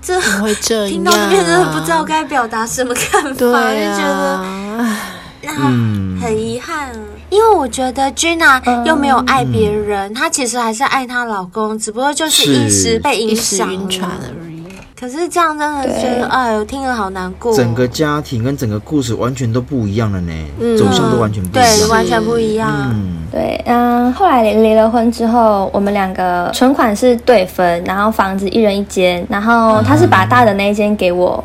Speaker 2: 这
Speaker 3: 怎么会这样？啊
Speaker 2: 听到这边真的不知道该表达什么看法，
Speaker 3: 对
Speaker 2: 就觉得。
Speaker 3: 啊，
Speaker 2: 啊
Speaker 4: 嗯，
Speaker 2: 很遗憾啊，因为我觉得 Gina 又没有爱别人，她其实还是爱她老公，只不过就是一时
Speaker 4: 是
Speaker 2: 被
Speaker 3: 一
Speaker 2: 影
Speaker 3: 时
Speaker 2: 响
Speaker 3: 晕船
Speaker 2: 了。
Speaker 3: 而已。
Speaker 2: 可是这样真的觉得，哎呦，听了好难过。
Speaker 4: 整个家庭跟整个故事完全都不一样了呢，
Speaker 3: 嗯
Speaker 4: 走向都完全不一
Speaker 2: 对，
Speaker 4: 样。
Speaker 2: 完全不一样。
Speaker 4: 嗯，
Speaker 6: 对，嗯，后来离离了婚之后，我们两个存款是对分，然后房子一人一间，然后他是
Speaker 2: 嗯
Speaker 6: 把大的那一间给我，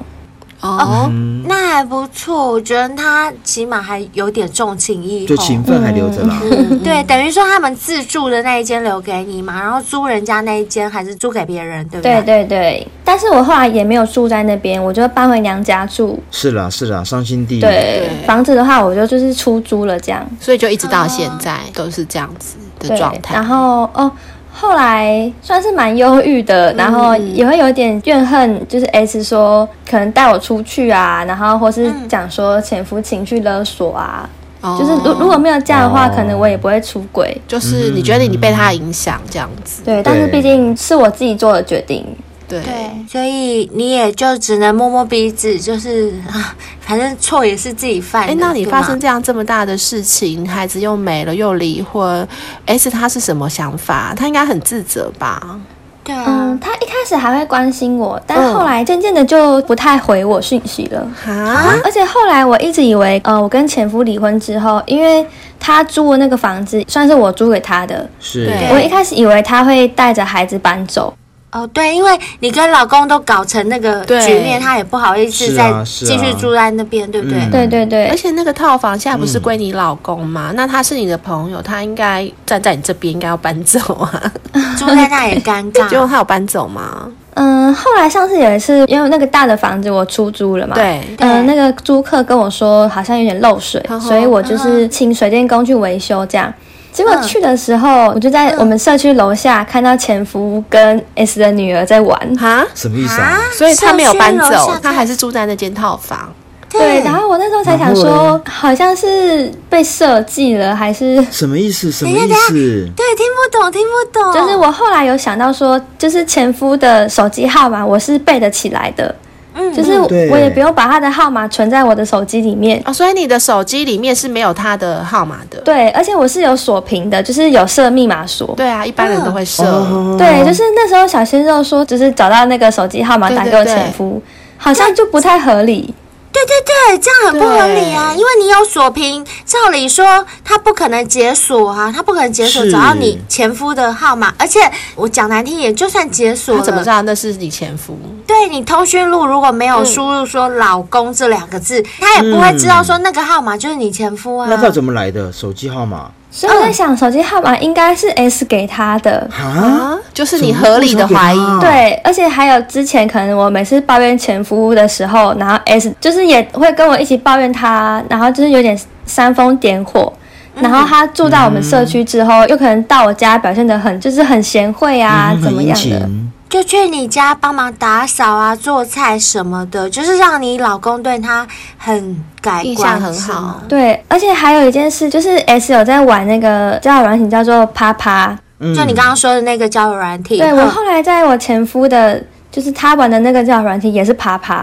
Speaker 3: 哦，
Speaker 2: 那还不错，我觉得他起码还有点重情义
Speaker 4: 就
Speaker 2: 吼
Speaker 4: 情分还留着啦。
Speaker 2: 嗯对，等于说他们自住的那一间留给你嘛，然后租人家那一间还是租给别人，对不
Speaker 6: 对对对，但是我后来也没有住在那边，我就搬回娘家住。
Speaker 4: 是啦，是啦，伤心地。
Speaker 6: 对，
Speaker 3: 对
Speaker 6: 房子的话，我就就是出租了这样。
Speaker 3: 所以就一直到现在都是这样子的
Speaker 6: 对
Speaker 3: 状，态。
Speaker 6: 然后哦，后来算是蛮忧郁的，然后
Speaker 3: 嗯
Speaker 6: 也会有点怨恨，就是 S 说可能带我出去啊，然后或是讲说前夫情绪勒索啊，
Speaker 3: 哦
Speaker 6: 就是如如果没有这样的话，
Speaker 4: 哦
Speaker 6: 可能我也不会出轨。
Speaker 3: 就是你觉得你被他影响这样子，
Speaker 6: 对，但是毕竟是我自己做的决定，
Speaker 3: 对
Speaker 2: 对，所以你也就只能摸摸鼻子，就是啊，反正错也是自己犯的。
Speaker 3: 哎，那你
Speaker 2: 对吗
Speaker 3: 发生这样这么大的事情，孩子又没了，又离婚，S 他是什么想法？他应该很自责吧？
Speaker 2: 对啊，
Speaker 6: 嗯，他一开始还会关心我，
Speaker 3: 嗯
Speaker 6: 但后来渐渐的就不太回我讯息了。
Speaker 3: 啊，
Speaker 6: 而且后来我一直以为，呃，我跟前夫离婚之后，因为他租的那个房子算是我租给他的，
Speaker 4: 是，
Speaker 3: 对
Speaker 6: 我一开始以为他会带着孩子搬走，
Speaker 2: 哦，对，因为你跟老公都搞成那个
Speaker 3: 对
Speaker 2: 局面，他也不好意思
Speaker 4: 是
Speaker 2: 再
Speaker 4: 啊是
Speaker 2: 继续
Speaker 4: 啊
Speaker 2: 住在那边，对不对？
Speaker 4: 嗯
Speaker 6: 对对
Speaker 3: 而
Speaker 6: 对，
Speaker 3: 且那个套房现在不是归你老公吗？那他是你的朋友，他应该站在你这边，应该要搬走啊。
Speaker 2: 住在那也尴尬。
Speaker 3: 结果他有搬走吗？
Speaker 6: 嗯，后来上次有一次，因为那个大的房子我出租了嘛，，
Speaker 3: 对，
Speaker 6: 嗯，那个租客跟我说好像有点漏水
Speaker 3: 呵，呵
Speaker 6: 所以我就是请水电工去维修这样。嗯结果去的时候，我就在我们社区楼下看到前夫跟 S 的女儿在玩，
Speaker 3: 啊，
Speaker 4: 什么意思啊？
Speaker 3: 所以他没有搬
Speaker 2: 社区楼
Speaker 3: 走
Speaker 2: 下，
Speaker 3: 他还是住在那间套房。
Speaker 6: 对，然后我那时候才想
Speaker 4: 然后
Speaker 6: 说，好像是被设计了，还是
Speaker 4: 什么意思？什么意思？
Speaker 2: 对，听不懂，听不懂。
Speaker 6: 就是我后来有想到说，就是前夫的手机号码我是背得起来的，嗯，就是我
Speaker 4: 对
Speaker 6: 我也不用把他的号码存在我的手机里面。
Speaker 3: 哦，所以你的手机里面是没有他的号码的。
Speaker 6: 对，而且我是有锁屏的，就是有设密码锁。
Speaker 3: 对啊，一般人都会设。
Speaker 4: 哦
Speaker 6: 对，就是那时候小鲜肉说，就是找到那个手机号码
Speaker 3: 对
Speaker 6: 打
Speaker 3: 对
Speaker 6: 给我
Speaker 3: 对
Speaker 6: 前夫，好像就不太合理。
Speaker 2: 对对对，这样很不合理啊！因为你有锁屏，照理说他不可能解锁啊，他不可能解锁
Speaker 4: 是
Speaker 2: 找到你前夫的号码，而且我讲难听一点，就算解锁
Speaker 3: 他怎么
Speaker 2: 了
Speaker 3: 知，道那是你前夫？
Speaker 2: 对你通讯录如果没有输入说“老公”这两个字，他也不会知道说那个号码就是你前夫啊。
Speaker 4: 嗯那到底怎么来的？手机号码
Speaker 6: 所以我在想，手机号码应该是 S 给他的。
Speaker 4: 啊？
Speaker 3: 就是你合理的怀疑
Speaker 4: 什么为什么会给他
Speaker 6: 对，而且还有之前可能我每次抱怨前夫的时候，然后 S 就是也会跟我一起抱怨他，然后就是有点煽风点火。然后他住到我们社区之后，又可能到我家表现得很就是很贤惠啊，
Speaker 4: 嗯
Speaker 6: 怎么样
Speaker 4: 很殷
Speaker 6: 的？
Speaker 4: 勤
Speaker 2: 就去你家帮忙打扫啊、做菜什么的，就是让你老公对他很改观，
Speaker 3: 印象很
Speaker 2: 是吗
Speaker 3: 好。。
Speaker 6: 对，而且还有一件事，就是 S 有在玩那个交友软体叫做啪啪，
Speaker 4: 嗯
Speaker 2: 就你刚刚说的那个交友软体，哦
Speaker 6: 对我
Speaker 2: 哼
Speaker 6: 后来在我前夫的，就是他玩的那个交友软体也是啪啪，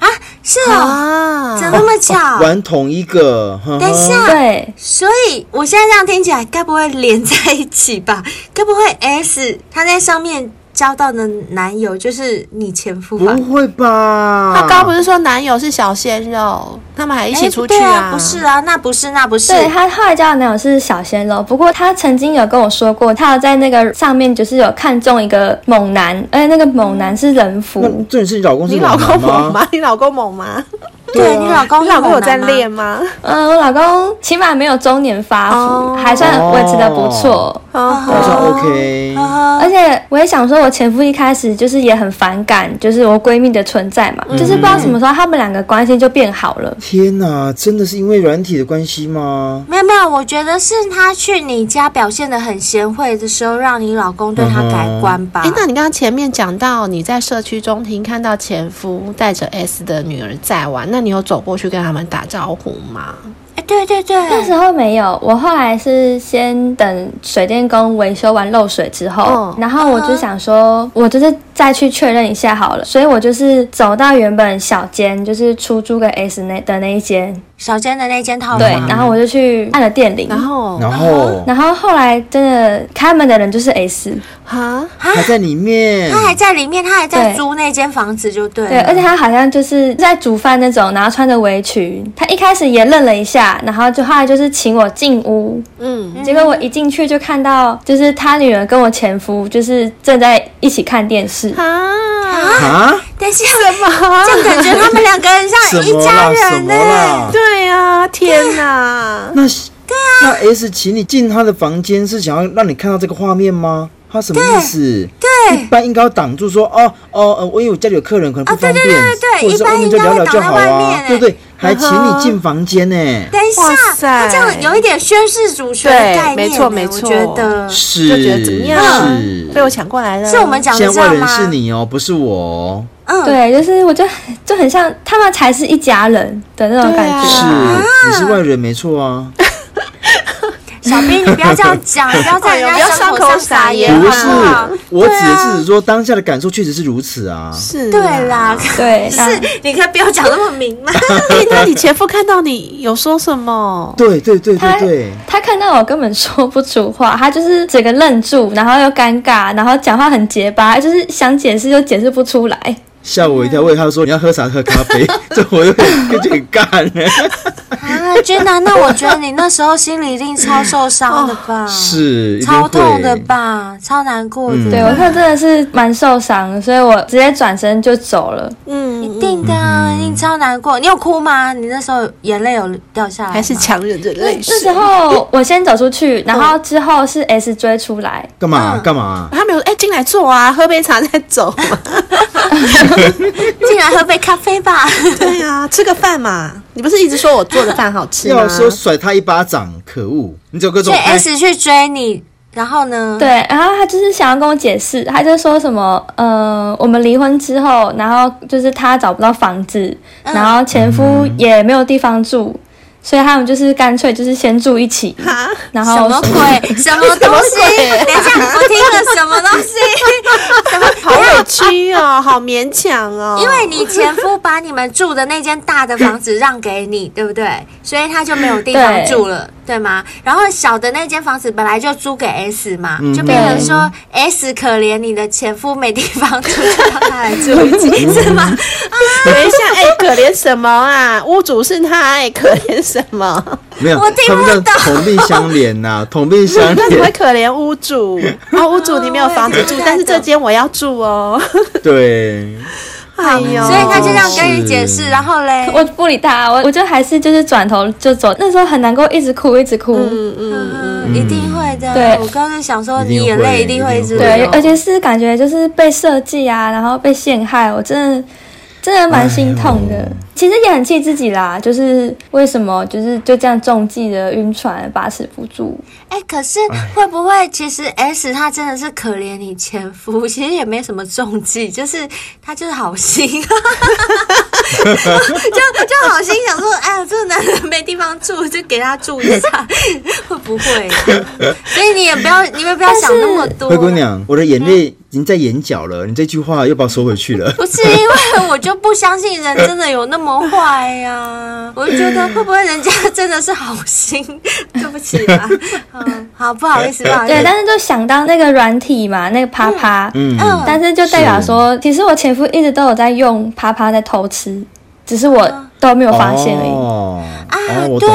Speaker 2: 啊，是哦，
Speaker 3: 啊，
Speaker 2: 怎么那么巧？
Speaker 4: 玩同一个，呵呵
Speaker 2: 等一下，
Speaker 6: 对，
Speaker 2: 所以我现在这样听起来，该不会连在一起吧？该不会 S 她在上面交到的男友就是你前夫吧？
Speaker 4: 不会吧？
Speaker 3: 他刚刚不是说男友是小鲜肉，他们还一起
Speaker 2: 哎
Speaker 3: 出去
Speaker 2: 对啊，不是啊，那不是，那不是，
Speaker 6: 对他后来交的男友是小鲜肉，不过他曾经有跟我说过，他有在那个上面就是有看中一个猛男，而且那个猛男是人夫
Speaker 4: 那，重点是你老公是
Speaker 3: 你老公
Speaker 4: 吗？
Speaker 3: 猛吗？你老公猛吗？
Speaker 2: 对啊你老公，
Speaker 3: 你老公有在
Speaker 2: 练。
Speaker 3: 练吗？
Speaker 6: 嗯，我老公起码没有中年发福，
Speaker 3: 哦
Speaker 6: 还算维持的不错。
Speaker 4: 好像
Speaker 3: 哦，
Speaker 4: OK，
Speaker 2: 啊
Speaker 6: 而且我也想说，我前夫一开始就是也很反感，就是我闺蜜的存在嘛，
Speaker 3: 嗯
Speaker 6: 就是不知道什么时候他们两个关系就变好了。
Speaker 4: 天哪，真的是因为软体的关系吗？
Speaker 2: 没有没有，我觉得是他去你家表现的很贤惠的时候，让你老公对他改观吧。
Speaker 3: 哎，那你刚刚前面讲到你在社区中庭看到前夫带着 S 的女儿在玩，那你有走过去跟他们打招呼吗？
Speaker 2: 哎对对对，
Speaker 6: 那时候没有，我后来是先等水电工维修完漏水之后，
Speaker 3: 嗯
Speaker 6: 然后我就想说，我就是再去确认一下好了，所以我就是走到原本小间，就是出租给 S 那的那一间，
Speaker 2: 小间的那间套
Speaker 6: 对，
Speaker 2: 房，
Speaker 6: 然后我就去按了电铃，
Speaker 3: 哦嗯然后
Speaker 4: 然后
Speaker 6: 然后后来真的开门的人就是 S，
Speaker 3: 哈，
Speaker 4: 还在里面，
Speaker 2: 他还在里面，他还在
Speaker 6: 对
Speaker 2: 租那间房子，就对了。
Speaker 6: 对，而且他好像就是在煮饭那种，然后穿着围裙，他一开始也愣了一下，然后就后来就是请我进屋，
Speaker 3: 嗯，
Speaker 6: 结果我一进去就看到，就是他女儿跟我前夫就是正在一起看电视。
Speaker 3: 哈，
Speaker 4: 啊？
Speaker 2: 等一下，这样感觉他们两个人
Speaker 4: 什
Speaker 2: 像一
Speaker 4: 么
Speaker 2: 家
Speaker 4: 啦？什
Speaker 2: 人
Speaker 4: 么
Speaker 2: 呢、
Speaker 4: 啦？
Speaker 3: 对啊，天哪！
Speaker 4: 那那 S 请你进他的房间是想要让你看到这个画面吗？他什么意思？对，一般应该要挡住说哦哦，呃，我因为我家里有客人，可能不
Speaker 2: 哦对
Speaker 4: 方便，
Speaker 2: 对对对
Speaker 4: 或者是
Speaker 2: 一般
Speaker 4: 外面就聊聊就好
Speaker 2: 应该会挡在外面嗯
Speaker 4: 啊
Speaker 2: 欸，
Speaker 4: 对不对？还请你进房间哎呢、
Speaker 2: 等一
Speaker 3: 哇
Speaker 2: 下，
Speaker 3: 塞
Speaker 2: 他这样有一点宣示主权的
Speaker 3: 对
Speaker 2: 概念呢、
Speaker 3: 没错没
Speaker 2: 我
Speaker 3: 错
Speaker 2: 觉得
Speaker 4: 是，
Speaker 3: 就觉得怎么样
Speaker 4: 是，
Speaker 3: 被我抢过来了。
Speaker 2: 是我们嗯讲的
Speaker 4: 现
Speaker 2: 这
Speaker 4: 在外
Speaker 2: 样
Speaker 4: 人
Speaker 2: 吗？
Speaker 4: 是你哦，不是我哦，
Speaker 2: 嗯，
Speaker 6: 对，就是我就就很像他们才是一家人的那种感
Speaker 2: 嗯
Speaker 6: 觉。
Speaker 4: 是、
Speaker 3: 对
Speaker 4: 你是外人没错啊，
Speaker 2: 小兵，你不要这样 讲，不要在人
Speaker 3: 哎呦
Speaker 2: 家
Speaker 3: 不要
Speaker 2: 伤
Speaker 3: 伤
Speaker 2: 口
Speaker 3: 口
Speaker 2: 上撒
Speaker 3: 撒
Speaker 2: 盐
Speaker 3: 盐
Speaker 4: 不
Speaker 2: 好不好
Speaker 4: 是，我指的是指说当下的感受确实是如此啊，
Speaker 3: 是
Speaker 2: 对
Speaker 3: 啊
Speaker 2: 啦，
Speaker 6: 对，那
Speaker 2: 是，你可以不要讲那么明嘛。
Speaker 3: 哎那你前夫看到你有说什 么？
Speaker 4: 对对对
Speaker 6: 他
Speaker 4: 对对，
Speaker 6: 他看到我根本说不出话，他就是整个愣住，然后又尴尬，然后讲话很结巴，就是想解释又解释不出来。
Speaker 4: 吓我一跳，我以为他说你要喝茶喝咖啡， 这我有点有点干呢、
Speaker 2: 啊，君娜，那我觉得你那时候心里一定超受伤的吧？。
Speaker 4: 是一定
Speaker 2: 超痛的
Speaker 4: 会
Speaker 2: 吧，超难过的，
Speaker 4: 嗯
Speaker 6: 对我那时候真的是蛮受伤的，所以我直接转身就走了。
Speaker 2: 一定的啊，一定超难过。你有哭吗？你那时候眼泪有掉下来吗，
Speaker 3: 还是强忍着泪水
Speaker 6: 那？时候我先走出去，然后之后是 S 追出来，
Speaker 4: 干
Speaker 2: 嗯
Speaker 4: 嘛干嘛？
Speaker 3: 他没有哎，进来坐啊，喝杯茶再走嘛。
Speaker 2: 进来喝杯咖啡 吧。
Speaker 3: 对啊，吃个饭嘛。你不是一直说我做的饭好吃吗
Speaker 4: 要？说甩他一巴掌，可恶！你只有各
Speaker 2: 所
Speaker 4: 种
Speaker 2: 以
Speaker 4: 哎
Speaker 2: S 去追你，然后呢？
Speaker 6: 对，然后他就是想要跟我解释，他就说什么，呃，我们离婚之后，然后就是他找不到房子，然后前夫也没有地方住，所以他们就是干脆就是先住一起，
Speaker 3: 啊，
Speaker 6: 然
Speaker 2: 什
Speaker 6: 后
Speaker 2: 么鬼？什么东西？等一下，我听了什么东西？
Speaker 5: 好委屈 哦，好勉强哦。
Speaker 2: 因为你前夫把你们住的那间大的房子让给你，对不对？所以他就没有地方
Speaker 6: 对
Speaker 2: 住了，对吗？然后小的那间房子本来就租给 S 嘛，就变成说 S 可怜你的前夫没地方住，就让他来住一起，是吗？
Speaker 3: 等一下，哎、可怜什么啊？屋主是他、哎，可怜什么？
Speaker 4: 没有
Speaker 2: 我听，
Speaker 4: 他们叫
Speaker 2: 不懂
Speaker 4: 同病相怜呐，同病相
Speaker 3: 那你会
Speaker 4: 怜。
Speaker 3: 可怜屋 主啊？屋主你没有房子
Speaker 2: 我
Speaker 3: 住
Speaker 2: 也觉，得
Speaker 3: 但是这间我要住哦。
Speaker 4: 对，
Speaker 3: 哎呦，
Speaker 2: 所以他就这样跟你
Speaker 4: 是
Speaker 2: 解释，然后嘞，
Speaker 6: 我不理他，我我就还是就是转头就走。那时候很难过，一直哭，一直哭。
Speaker 3: 嗯嗯，
Speaker 2: 嗯，一定会的。
Speaker 6: 对
Speaker 2: 我刚才想说，
Speaker 4: 一
Speaker 2: 你
Speaker 4: 定
Speaker 2: 眼
Speaker 4: 会
Speaker 2: 泪一定会一直
Speaker 4: 一定会
Speaker 6: 对，
Speaker 2: 流
Speaker 6: 而且是感觉就是被设计啊，然后被陷害，我真的真的蛮心痛的。其实也很气自己啦，就是为什么就是就这样中计的晕船，把持不住。
Speaker 2: 哎、可是会不会其实 S 他真的是可怜你前夫， 其实也没什么中计，就是他就是好心， 就就好心想说，哎呀，这个男人没地方住，就给他住一下， 会不会啊、所以你也不要，你们不要想那么多啊
Speaker 4: 灰。姑娘，我的眼泪已经在眼角了，你这句话又把我收回去了。
Speaker 2: 不是因为我就不相信人真的有那么坏呀、我就觉 得会不会人家真的是好心？ 对不起 啦，嗯，好不好意思，不好意
Speaker 6: 啊
Speaker 4: 哎
Speaker 6: 对，
Speaker 2: 思，
Speaker 6: 但是就想到那个软体嘛，那个啪啪，
Speaker 4: 嗯，
Speaker 2: 嗯
Speaker 6: 但是就代表说，其实我前夫一直都有在用啪啪在偷吃，只是我都没有发现而已。
Speaker 4: 哦，
Speaker 2: 啊
Speaker 4: 哦，我懂你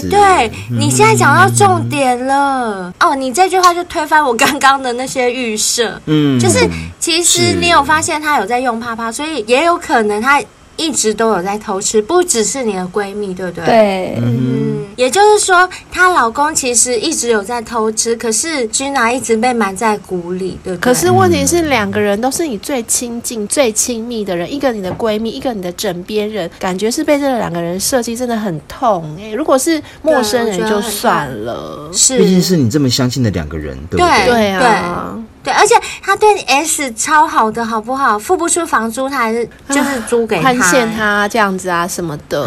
Speaker 2: 对
Speaker 4: 思。
Speaker 2: 对，你现在讲到重点了、哦，你这句话就推翻我刚刚的那些预设，
Speaker 4: 嗯，
Speaker 2: 就是其实
Speaker 4: 是
Speaker 2: 你有发现他有在用啪啪，所以也有可能他一直都有在偷吃，不只是你的闺蜜，对不对？。
Speaker 6: 对，
Speaker 2: 嗯，也就是说，她老公其实一直有在偷吃，可是君娜一直被瞒在鼓里，对不对？
Speaker 3: 可是问题是，两个人都是你最亲近、最亲密的人，一个你的闺蜜，一个你的枕边人，感觉是被这两个人设计，真的很痛哎、如果是陌生人
Speaker 2: 对我觉得
Speaker 3: 就
Speaker 2: 很痛
Speaker 3: 算了，
Speaker 2: 是
Speaker 4: 毕竟是你这么相信的两个人，对不对？
Speaker 3: 对啊，
Speaker 2: 对，而且他对 S 超好的，好不好？付不出房租，他还是就是租给他，
Speaker 3: 宽限他这样子啊什么的，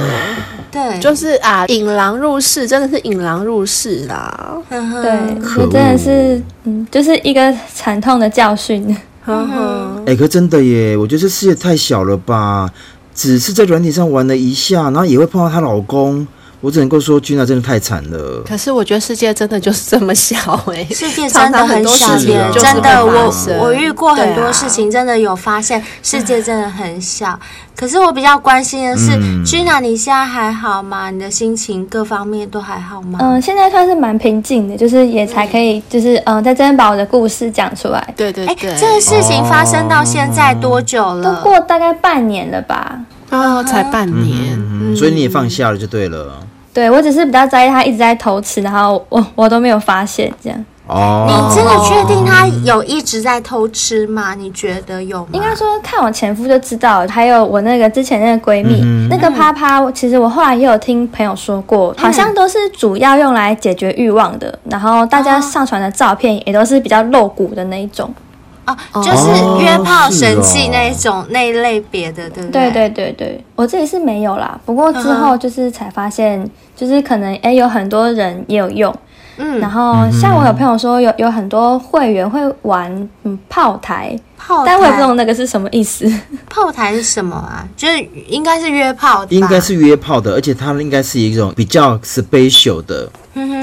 Speaker 2: 对，
Speaker 3: 就是啊引狼入室，真的是引狼入室啦。
Speaker 2: 呵呵
Speaker 6: 对，
Speaker 4: 可
Speaker 6: 就真的是
Speaker 4: 恶，
Speaker 6: 嗯，就是一个惨痛的教训。
Speaker 3: 呵呵，
Speaker 4: 哎、可真的耶，我觉得这世界太小了吧？只是在软体上玩了一下，然后也会碰到她老公，我只能够说，君啊娜真的太惨了。
Speaker 3: 可是我觉得世界真的就是这么小哎、
Speaker 2: 世界真的
Speaker 3: 常常
Speaker 2: 很
Speaker 3: 很多
Speaker 2: 小，
Speaker 4: 事情
Speaker 2: 也
Speaker 4: 就是
Speaker 2: 真
Speaker 4: 会
Speaker 2: 的，
Speaker 4: 发
Speaker 2: 我
Speaker 4: 生
Speaker 2: 我遇过很
Speaker 3: 对
Speaker 2: 多
Speaker 3: 啊
Speaker 2: 事情，真的有发现世界真的很小。可是我比较关心的是
Speaker 4: 嗯
Speaker 2: ，Gina，你现在还好吗？你的心情各方面都还好吗？
Speaker 6: 嗯，现在算是蛮平静的，就是也才可以，就是嗯，在这边把我的故事讲出来。
Speaker 3: 对对
Speaker 2: 哎，
Speaker 3: 对，
Speaker 2: 这个事情发生到现在多久
Speaker 6: 都
Speaker 2: 了？
Speaker 6: 过大概半年了吧？
Speaker 3: 哦才半年，
Speaker 4: 嗯，所以你也放下了就对了。
Speaker 6: 对我只是比较在意他一直在偷吃，然后我 我都没有发现这样。
Speaker 4: 哦，
Speaker 2: 你真的确定他有一直在偷吃吗？你觉得有吗？
Speaker 6: 应该说看我前夫就知道，还有我那个之前那个闺蜜、那个啪啪，其实我后来也有听朋友说过，好像都是主要用来解决欲望的，然后大家上传的照片也都是比较露骨的那一种。
Speaker 2: 哦，就是约炮神器那一
Speaker 4: 哦
Speaker 2: 种、那一类别的，对不嗯
Speaker 6: 对
Speaker 2: 对？
Speaker 6: 对对对，我自己是没有啦，不过之后就是才发现，就是可能哎、诶有很多人也有用，
Speaker 2: 嗯
Speaker 6: 然后像我有朋友说有有很多会员会玩嗯炮台，
Speaker 2: 炮台，
Speaker 6: 但我也不懂那个是什么意思。
Speaker 2: 炮台是什么啊？就是应该是约炮吧，
Speaker 4: 应该是约炮的，而且它应该是一种比较 special 的，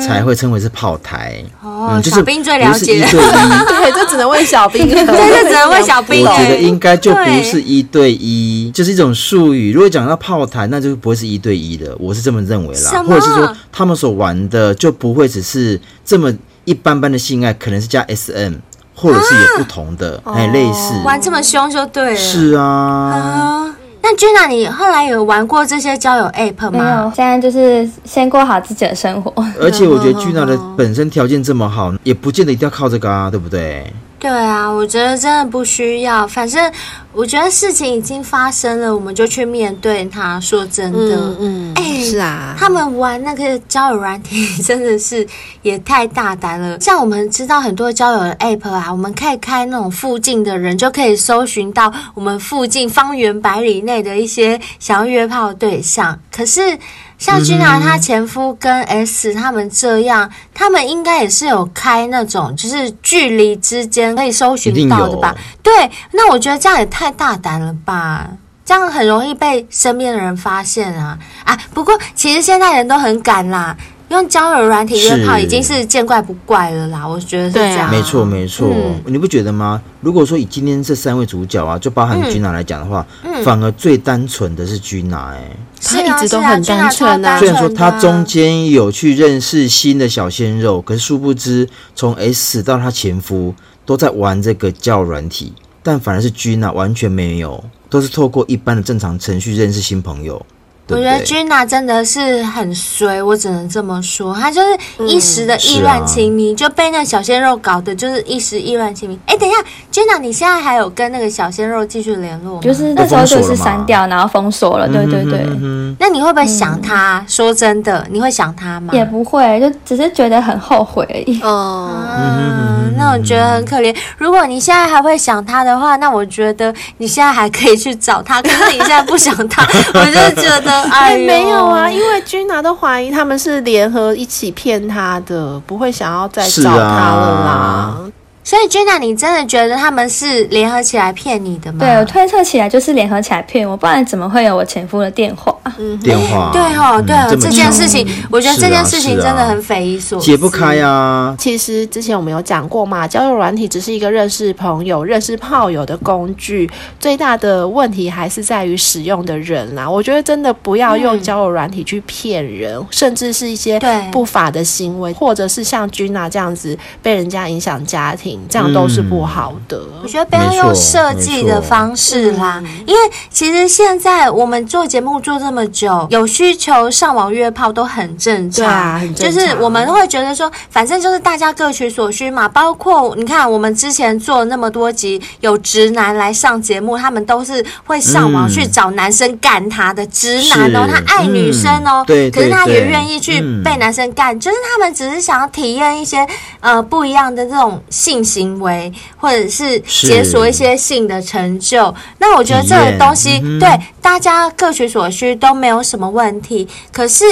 Speaker 4: 才会称为是炮台。
Speaker 2: 嗯哦
Speaker 4: 嗯，就
Speaker 2: 小
Speaker 4: 是
Speaker 2: 兵最了
Speaker 4: 不是
Speaker 2: 解
Speaker 4: 一 对一
Speaker 3: 对，这只能问小兵 了，
Speaker 2: 对，这只能 问小兵
Speaker 4: 我觉
Speaker 2: 哎、
Speaker 4: 得应该就不
Speaker 2: 对
Speaker 4: 是一对一，就是一种术语。如果讲到炮台，那就不会是一对一的，我是这么认为
Speaker 2: 什
Speaker 4: 啦。
Speaker 2: 么
Speaker 4: 或者是说，他们所玩的就不会只是这么一般般的性爱，可能是加 SM，或者是有不同的，
Speaker 2: 哦
Speaker 4: 哎、类似。
Speaker 2: 玩这么凶就对了。
Speaker 4: 是啊，
Speaker 2: 啊。那 Gina，你后来有玩过这些交友 App
Speaker 6: 没有
Speaker 2: 吗？，
Speaker 6: 现在就是先过好自己的生活。
Speaker 2: 哦
Speaker 4: 而且我觉得 Gina 的
Speaker 2: 嗯
Speaker 4: 本身条件这么好，也不见得一定要靠这个啊，对不对？
Speaker 2: 对啊，我觉得真的不需要。反正我觉得事情已经发生了，我们就去面对它。说真的，
Speaker 3: 嗯嗯，
Speaker 2: 哎
Speaker 3: 是啊，
Speaker 2: 他们玩那个交友软体真的是也太大胆了。 像我们知道很多交友的 app 啊，我们可以开那种附近的人，就可以搜寻到我们附近方圆百里内的一些想要约炮的对象。可是像君娜她前夫跟 S 他们这样，他们应该也是有开那种就是距离之间可以搜寻到的吧？对，那我觉得这样也太大胆了吧。这样很容易被身边的人发现啊啊！不过其实现在人都很敢啦，用交友软体约炮已经是见怪不怪了啦。我觉得是
Speaker 3: 啊
Speaker 2: 这样，
Speaker 4: 没错没错、
Speaker 2: 嗯
Speaker 4: 你不觉得吗？如果说以今天这三位主角啊，就包
Speaker 2: 嗯
Speaker 4: 含君娜来讲的话，反而最单纯的是君娜哎、
Speaker 2: 是
Speaker 3: 他
Speaker 2: 啊
Speaker 3: 一直都
Speaker 2: 是啊
Speaker 3: 很
Speaker 2: 君
Speaker 3: 单
Speaker 2: 娜
Speaker 3: 纯啊
Speaker 2: 超单
Speaker 4: 虽然说
Speaker 2: 纯的
Speaker 4: 他
Speaker 2: 啊
Speaker 4: 中间有去认识新的小鲜肉，可是殊不知从 S 到他前夫都在玩这个叫软体，但反而是 G 呢完全没有，都是透过一般的正常程序认识新朋友，对
Speaker 2: 我
Speaker 4: 不
Speaker 2: 觉得
Speaker 4: 对？
Speaker 2: 君娜真的是很衰，我只能这么说，她
Speaker 3: 嗯
Speaker 2: 就是一时的意
Speaker 4: 啊
Speaker 2: 乱情迷，就被那小鲜肉搞的，就是一时意乱情迷。哎，等一下，君娜，你现在还有跟那个小鲜肉继续联络吗？
Speaker 6: 就是那时候就是删掉，然后封锁
Speaker 2: 嗯
Speaker 6: 了，对对
Speaker 4: 嗯
Speaker 6: 对，
Speaker 2: 那你会不会想他？说真的，你会想他吗？
Speaker 6: 也不会，就只是觉得很后悔而已。
Speaker 2: 哦
Speaker 3: 嗯，
Speaker 2: 嗯，那我觉得很可怜。如果你现在还会想他的话，那我觉得你现在还可以去找他。可是你现在不想 他，我就觉得哎
Speaker 3: 哎，
Speaker 2: 呦
Speaker 3: 没有啊，因为君娜都怀疑他们是联合一起骗他的，不会想要再
Speaker 4: 是
Speaker 3: 找他
Speaker 4: 啊
Speaker 3: 了啦。
Speaker 2: 所以 Jenna，你真的觉得他们是联合起来骗你的吗？
Speaker 6: 对我推测起来就是联合起来骗我，不然怎么会有我前夫的电话？
Speaker 4: 电话
Speaker 2: 对哦，
Speaker 4: 嗯
Speaker 2: 对哦，这
Speaker 4: 么
Speaker 2: 件
Speaker 4: 巧
Speaker 2: 事情，我觉得
Speaker 4: 是
Speaker 2: 这
Speaker 4: 啊
Speaker 2: 件事情
Speaker 4: 是啊
Speaker 2: 真的很匪夷所思，
Speaker 4: 解不开啊，
Speaker 3: 其实之前我们有讲过嘛，交友软体只是一个认识朋友、认识炮友的工具，最大的问题还是在于使用的人啦。我觉得真的不要用交友软体去骗人，甚至是一些
Speaker 2: 嗯对
Speaker 3: 不法的行为，或者是像君娜这样子被人家影响家庭，这样都是不好的。
Speaker 2: 我觉得不要
Speaker 4: 没
Speaker 2: 用
Speaker 4: 错
Speaker 2: 设计的方式啦，
Speaker 3: 嗯
Speaker 2: 因为其实现在我们做节目做这么久，有需求上网约炮都很正常，
Speaker 3: 对啊很正
Speaker 2: 就
Speaker 3: 常
Speaker 2: 是我们会觉得说，反正就是大家各取所需嘛。包括你看，我们之前做那么多集有直男来上节目，他们都是会上网
Speaker 4: 嗯
Speaker 2: 去找男生干他的直男哦，
Speaker 4: 是
Speaker 2: 他爱女生哦
Speaker 4: 嗯，对
Speaker 2: 可是他
Speaker 4: 对
Speaker 2: 也
Speaker 4: 对
Speaker 2: 愿意去
Speaker 4: 嗯
Speaker 2: 被男生干，就是他们只是想要体验一些呃不一样的这种性行为，或者是
Speaker 4: 是
Speaker 2: 解锁一些性的成就。那我觉得这
Speaker 4: 体
Speaker 2: 个
Speaker 4: 验
Speaker 2: 东西、
Speaker 4: 嗯哼
Speaker 2: 对大家各取所需都没有什么问题。可是。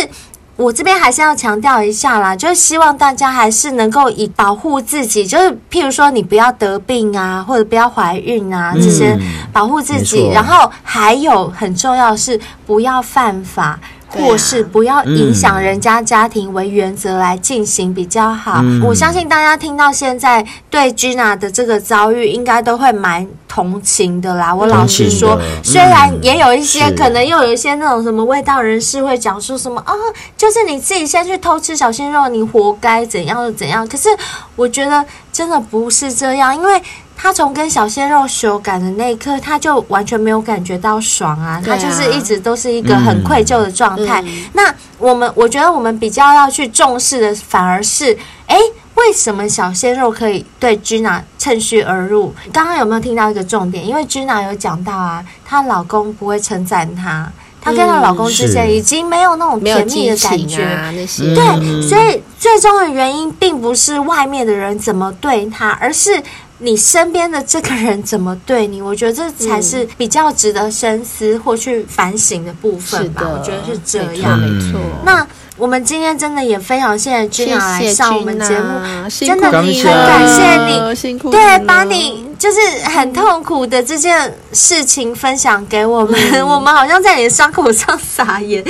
Speaker 2: 我这边还是要强调一下啦，就是希望大家还是能够以保护自己，就是譬如说你不要得病啊，或者不要怀孕啊这些
Speaker 4: 嗯
Speaker 2: 保护自己。
Speaker 4: 没错
Speaker 2: 然后还有很重要的是不要犯法，
Speaker 3: 对啊
Speaker 2: 或是不要影响
Speaker 4: 嗯
Speaker 2: 人家家庭为原则来进行比较好。
Speaker 4: 嗯
Speaker 2: 我相信大家听到现在对 Gina 的这个遭遇，应该都会蛮同情的啦。我老实说
Speaker 4: 同情，的
Speaker 2: 虽然也有一些、
Speaker 4: 嗯是
Speaker 2: 可能又有一些那种什么味道人士会讲说什么啊，就是你自己先去偷吃小鲜肉，你活该怎样怎样。可是我觉得真的不是这样，因为。他从跟小鲜肉修改的那一刻，他就完全没有感觉到爽啊！
Speaker 3: 对
Speaker 2: 他
Speaker 3: 啊
Speaker 2: 就是一直都是一个很
Speaker 4: 嗯
Speaker 2: 愧疚的状态。啊那我们我觉得我们比较要去重视的，反而是哎，为什么小鲜肉可以对 Gina 趁虚而入？刚刚有没有听到一个重点？因为 Gina 有讲到啊，她老公不会称赞她，她跟她老公之间
Speaker 4: 是
Speaker 2: 已经没有那种
Speaker 3: 没有
Speaker 2: 甜蜜
Speaker 3: 激
Speaker 2: 的感
Speaker 3: 情
Speaker 2: 觉。
Speaker 3: 啊，那些
Speaker 2: 对，所以最终的原因并不是外面的人怎么对他，而是你身边的这个人怎么对你。我觉得这
Speaker 3: 嗯
Speaker 2: 才是比较值得深思或去反省的部
Speaker 3: 是
Speaker 2: 分吧。
Speaker 3: 的，
Speaker 2: 我觉得是这
Speaker 3: 没错
Speaker 2: 样。
Speaker 3: 没错。
Speaker 4: 嗯
Speaker 2: 那我们今天真的也非常谢谢
Speaker 3: 谢啊
Speaker 2: Gina 来上我们节目，
Speaker 3: 谢
Speaker 2: 真的
Speaker 4: 很
Speaker 3: 你
Speaker 4: 感
Speaker 2: 谢你
Speaker 3: 辛苦
Speaker 2: 对
Speaker 3: 了，
Speaker 2: 把你就是很痛苦的这件事情分享给我们，
Speaker 6: 嗯
Speaker 2: 我们好像在你的伤口上撒盐。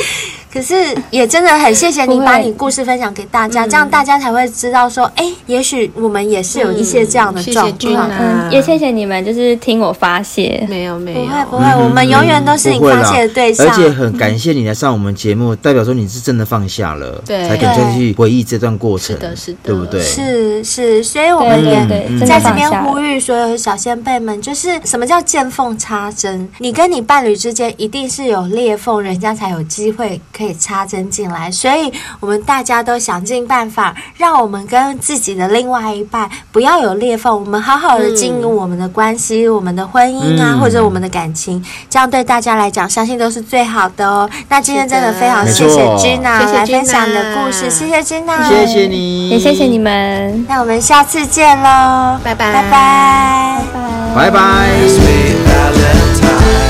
Speaker 2: 可是也真的很谢谢你
Speaker 6: 不会嗯
Speaker 2: 把你故事分享给大家，这样大家才会知道说，哎、也许我们也是有一些这样的
Speaker 3: 嗯谢谢
Speaker 2: 状
Speaker 3: 君
Speaker 2: 况。
Speaker 3: 娜
Speaker 6: 嗯，也谢谢你们，就是听我发泄。
Speaker 3: 没有没
Speaker 2: 不
Speaker 3: 有，
Speaker 2: 会不会，我们永远都是你
Speaker 4: 嗯不会
Speaker 2: 发
Speaker 4: 啦
Speaker 2: 泄的对象
Speaker 4: 而。且很感谢你来上我们节目，代表说你是真的放下了，
Speaker 3: 对
Speaker 4: 才肯再去回忆这段过程，
Speaker 3: 是的是的
Speaker 4: 对不对？
Speaker 2: 是是，所以我
Speaker 6: 对
Speaker 2: 们也
Speaker 6: 对对，
Speaker 4: 嗯
Speaker 6: 真的
Speaker 2: 在这
Speaker 6: 放
Speaker 2: 边
Speaker 6: 下了
Speaker 2: 呼吁所有的小先辈们，就是什么叫见缝插针？你跟你伴侣之间一定是有裂缝，人家才有机会可以插针进来。所以，我们大家都想尽办法，让我们跟自己的另外一半不要有裂缝，我们好好的经营我们的关系、我们的婚姻啊，
Speaker 4: 嗯
Speaker 2: 或者我们的感情，这样对大家来讲，相信都是最好的哦。那今天
Speaker 3: 是的
Speaker 2: 真的非常
Speaker 4: 没
Speaker 2: 谢
Speaker 4: 错
Speaker 2: 谢 Gina
Speaker 3: 谢谢
Speaker 2: 来分享你的
Speaker 3: Gina
Speaker 2: 故事，谢谢 Gina，
Speaker 4: 谢谢你，
Speaker 6: 也谢谢你，们，
Speaker 2: 那我们下次见喽，
Speaker 3: 拜拜
Speaker 2: 拜拜。
Speaker 4: 拜
Speaker 6: 拜。
Speaker 4: 拜。
Speaker 1: Sweet Valentine.